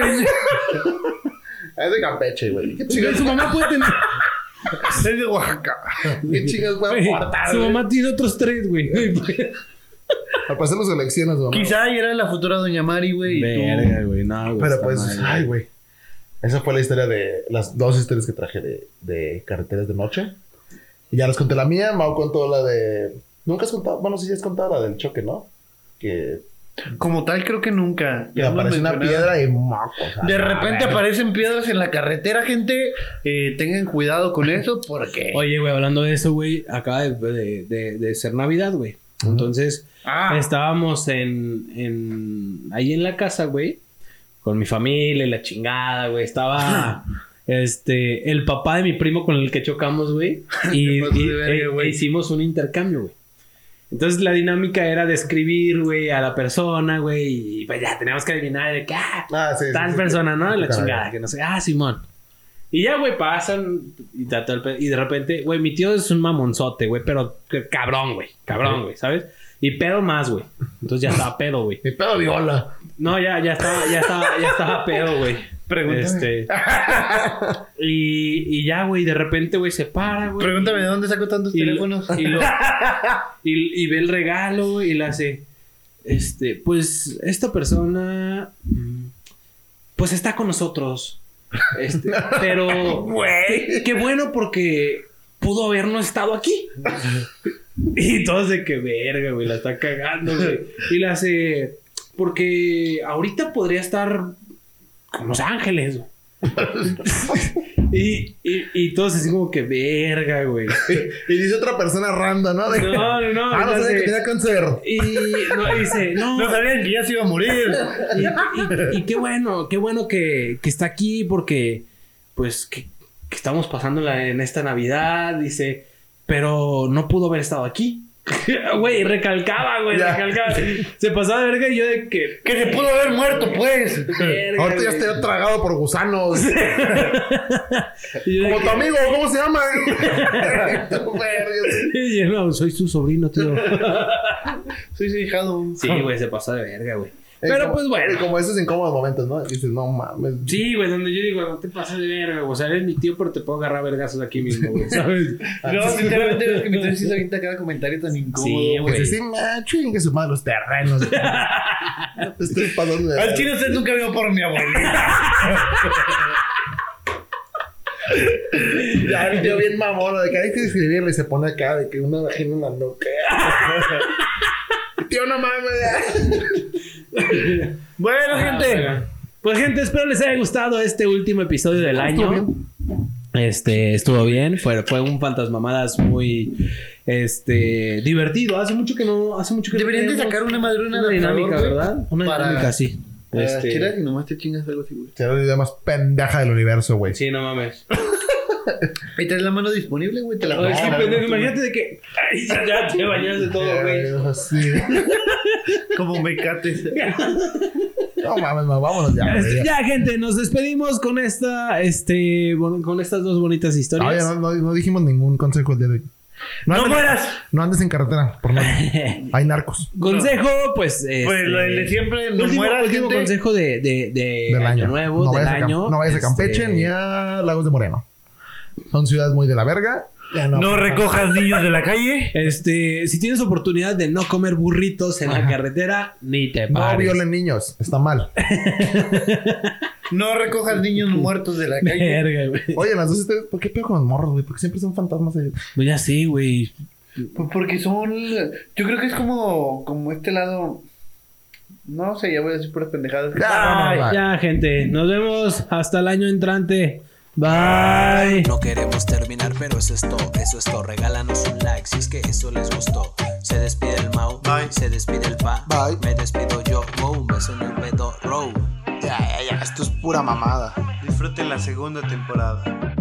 [SPEAKER 1] Es de Campeche, güey. ¿Qué
[SPEAKER 4] Güey,
[SPEAKER 1] chingas,
[SPEAKER 4] Su mamá puede tener...
[SPEAKER 5] es de Oaxaca.
[SPEAKER 1] qué chingas puede aportar,
[SPEAKER 4] Su
[SPEAKER 1] güey?
[SPEAKER 4] mamá tiene otros tres, güey.
[SPEAKER 1] Al pasar las elecciones, mamá.
[SPEAKER 5] Quizá era la futura doña Mari, güey. y tú-
[SPEAKER 4] verga, güey. No, güey.
[SPEAKER 1] Pero
[SPEAKER 4] está
[SPEAKER 1] pues,
[SPEAKER 4] mal,
[SPEAKER 1] ay, güey. Esa fue la historia de las dos historias que traje de, de carreteras de noche. Y ya les conté la mía, Mau contó la de. Nunca has contado, bueno, sí, ya has contado la del choque, ¿no? Que,
[SPEAKER 5] Como tal, creo que nunca.
[SPEAKER 1] que
[SPEAKER 5] Ya hemos
[SPEAKER 1] aparece una
[SPEAKER 5] mencionado.
[SPEAKER 1] piedra y moco. o sea,
[SPEAKER 5] De
[SPEAKER 1] no,
[SPEAKER 4] Ah,
[SPEAKER 5] repente
[SPEAKER 1] a ver.
[SPEAKER 5] aparecen piedras en la carretera, gente. Eh, tengan cuidado con eso porque.
[SPEAKER 4] Oye, güey, hablando de eso, güey, acaba de, de- de- de ser Navidad, güey. Entonces,
[SPEAKER 5] Ah,
[SPEAKER 4] estábamos en, en- ahí en la casa, güey, con mi familia y la chingada, güey. Estaba, este, el papá de mi primo con el que chocamos, güey. Y,
[SPEAKER 5] Te pasas de
[SPEAKER 4] y-
[SPEAKER 5] verga,
[SPEAKER 4] e-
[SPEAKER 5] güey.
[SPEAKER 4] e hicimos un intercambio, güey. Entonces, la dinámica era describir, güey, a la persona, güey. Y pues ya, teníamos que adivinar de qué. ah,
[SPEAKER 1] Ah, sí. sí,
[SPEAKER 4] tal
[SPEAKER 1] sí,
[SPEAKER 4] persona,
[SPEAKER 1] sí.
[SPEAKER 4] ¿no? La
[SPEAKER 1] Caray.
[SPEAKER 4] chingada, que no sé. Ah, Simón. Y ya, güey, pasan y, da todo el pe- y de repente, güey, mi tío es un mamonzote, güey, pero c- cabrón, güey, cabrón, güey, ¿sabes? Y pedo más, güey. Entonces ya estaba pedo, güey.
[SPEAKER 1] Mi pedo viola.
[SPEAKER 4] No, ya, ya estaba, ya estaba, ya estaba pedo, güey.
[SPEAKER 5] Pregúntame.
[SPEAKER 4] Este, y, y ya, güey, de repente, güey, se para, güey.
[SPEAKER 5] Pregúntame, ¿de dónde saco tantos
[SPEAKER 4] Y lo-
[SPEAKER 5] teléfonos?
[SPEAKER 4] Y, lo- y- y ve el regalo güey, y le hace, este, pues esta persona, mm, pues está con nosotros. Este, pero, qué, qué bueno porque pudo habernos estado aquí. y todos de que verga, güey, la está cagando, güey. Y le hace, porque ahorita podría estar con Los Ángeles, güey. y, y, y todos así como que verga, güey.
[SPEAKER 1] Y, y dice otra persona random, ¿no? De-
[SPEAKER 4] No, no, no.
[SPEAKER 1] ah, no
[SPEAKER 4] ya
[SPEAKER 1] sabía
[SPEAKER 4] sé.
[SPEAKER 1] que tenía cáncer.
[SPEAKER 4] Y no, dice, no.
[SPEAKER 5] No sabían que ya se iba a morir.
[SPEAKER 4] y, y- y qué bueno, qué bueno que, que está aquí porque, pues, que, que estamos pasándola en esta Navidad, dice, pero no pudo haber estado aquí. Güey, recalcaba, güey,
[SPEAKER 1] Ya.
[SPEAKER 4] recalcaba. Se pasaba de verga y yo de que.
[SPEAKER 5] Que se pudo haber muerto, pues.
[SPEAKER 4] verga,
[SPEAKER 1] Ahorita ya
[SPEAKER 4] güey.
[SPEAKER 1] estoy tragado por gusanos.
[SPEAKER 4] Y yo de
[SPEAKER 1] Como
[SPEAKER 4] que-
[SPEAKER 1] tu amigo, ¿cómo se llama? Tú, verga.
[SPEAKER 4] Y yo, no, soy su sobrino, tío.
[SPEAKER 5] Soy su hijado.
[SPEAKER 4] Sí, güey, se pasó de verga, güey.
[SPEAKER 1] Es
[SPEAKER 4] Pero
[SPEAKER 1] como-
[SPEAKER 4] pues bueno.
[SPEAKER 1] Como esos incómodos momentos, ¿no? Dices, no mames.
[SPEAKER 4] Sí, güey, donde yo digo, no te pases de verga, güey. O sea, eres mi tío, pero te puedo agarrar vergazos aquí mismo, güey. ¿Sabes?
[SPEAKER 5] No, sinceramente, es que mi tío sí se avienta cada comentario tan incómodo.
[SPEAKER 4] Sí, güey.
[SPEAKER 1] Que se ah, chingue su madre los terrenos. No te estoy pasando de
[SPEAKER 5] Al chile usted nunca vio por mi abuelita.
[SPEAKER 1] Ya, el tío bien mamón, de que hay que escribirle y se pone acá, de que una vagina en la nuca. tío, no mames.
[SPEAKER 5] Bueno, gente.
[SPEAKER 4] Ah, Pues gente, espero les haya gustado este último episodio del año. Este, estuvo bien, fue, fue un fantasmamadas muy este divertido. Hace mucho que no, hace mucho que no
[SPEAKER 5] Deberían de
[SPEAKER 4] tenemos
[SPEAKER 5] sacar una madre, una
[SPEAKER 4] una dinámica,
[SPEAKER 5] lanzador, güey,
[SPEAKER 4] ¿verdad? Una
[SPEAKER 5] para- Ah,
[SPEAKER 4] dinámica sí.
[SPEAKER 5] para
[SPEAKER 4] Este,
[SPEAKER 5] girar y nomás te chingas algo así, güey.
[SPEAKER 1] Se la idea más pendeja del universo, güey.
[SPEAKER 4] sí, no mames.
[SPEAKER 5] Ahí traes la mano disponible, güey. Te la
[SPEAKER 4] Ay,
[SPEAKER 5] pongo.
[SPEAKER 4] sí,
[SPEAKER 1] no,
[SPEAKER 4] pendejo,
[SPEAKER 1] no,
[SPEAKER 4] imagínate de que ay, ya, ya te bañaste todo, güey.
[SPEAKER 1] Sí.
[SPEAKER 5] Como me cates.
[SPEAKER 1] No mames, no, vámonos ya. güey,
[SPEAKER 4] Este,
[SPEAKER 1] ya.
[SPEAKER 4] ya, gente, nos despedimos con esta, este, bon- con estas dos bonitas historias.
[SPEAKER 1] Oye, no, no, no dijimos ningún consejo el día de hoy. No,
[SPEAKER 5] ¡No
[SPEAKER 1] andes-
[SPEAKER 5] mueras!
[SPEAKER 1] no andes en carretera, por nada. Hay narcos.
[SPEAKER 4] Consejo, pues.
[SPEAKER 5] Pues
[SPEAKER 4] este,
[SPEAKER 5] lo de siempre, no
[SPEAKER 4] último,
[SPEAKER 5] mueras,
[SPEAKER 4] último
[SPEAKER 5] gente.
[SPEAKER 4] consejo de, de, de
[SPEAKER 1] del
[SPEAKER 4] año,
[SPEAKER 1] Eh, año.
[SPEAKER 4] nuevo,
[SPEAKER 1] no
[SPEAKER 4] del
[SPEAKER 1] vayas a Cam-
[SPEAKER 4] año.
[SPEAKER 1] no vayas a
[SPEAKER 4] este,
[SPEAKER 1] Campeche ni a Lagos de Moreno. Son ciudades muy de la verga. Ya
[SPEAKER 5] No recojas niños de la calle.
[SPEAKER 4] Este, si tienes oportunidad de no comer burritos en la carretera, ni te
[SPEAKER 1] No
[SPEAKER 4] pares.
[SPEAKER 1] violen niños, está mal.
[SPEAKER 5] No recojas niños muertos de la calle.
[SPEAKER 4] Verga, güey.
[SPEAKER 1] Oye, las dos ustedes, ¿por qué pego con los morros, güey? Porque siempre son fantasmas ellos.
[SPEAKER 4] Pues ya sí, güey.
[SPEAKER 5] Pues Porque son. Yo creo que es como, como este lado. No sé, ya voy a decir puras pendejadas.
[SPEAKER 1] Ya,
[SPEAKER 4] Ay,
[SPEAKER 1] vámonos,
[SPEAKER 4] ya, gente. Nos vemos hasta el año entrante. Bye.
[SPEAKER 3] No queremos terminar, pero eso es todo, eso es todo. Regálanos un like si es que eso les gustó. Se despide el Mau,
[SPEAKER 2] Bye.
[SPEAKER 3] se despide el Pa,
[SPEAKER 6] Bye.
[SPEAKER 3] me despido yo, Mo, un beso en el pedo, Row.
[SPEAKER 6] Ya, ya, ya, esto es pura mamada.
[SPEAKER 2] Disfruten la segunda temporada.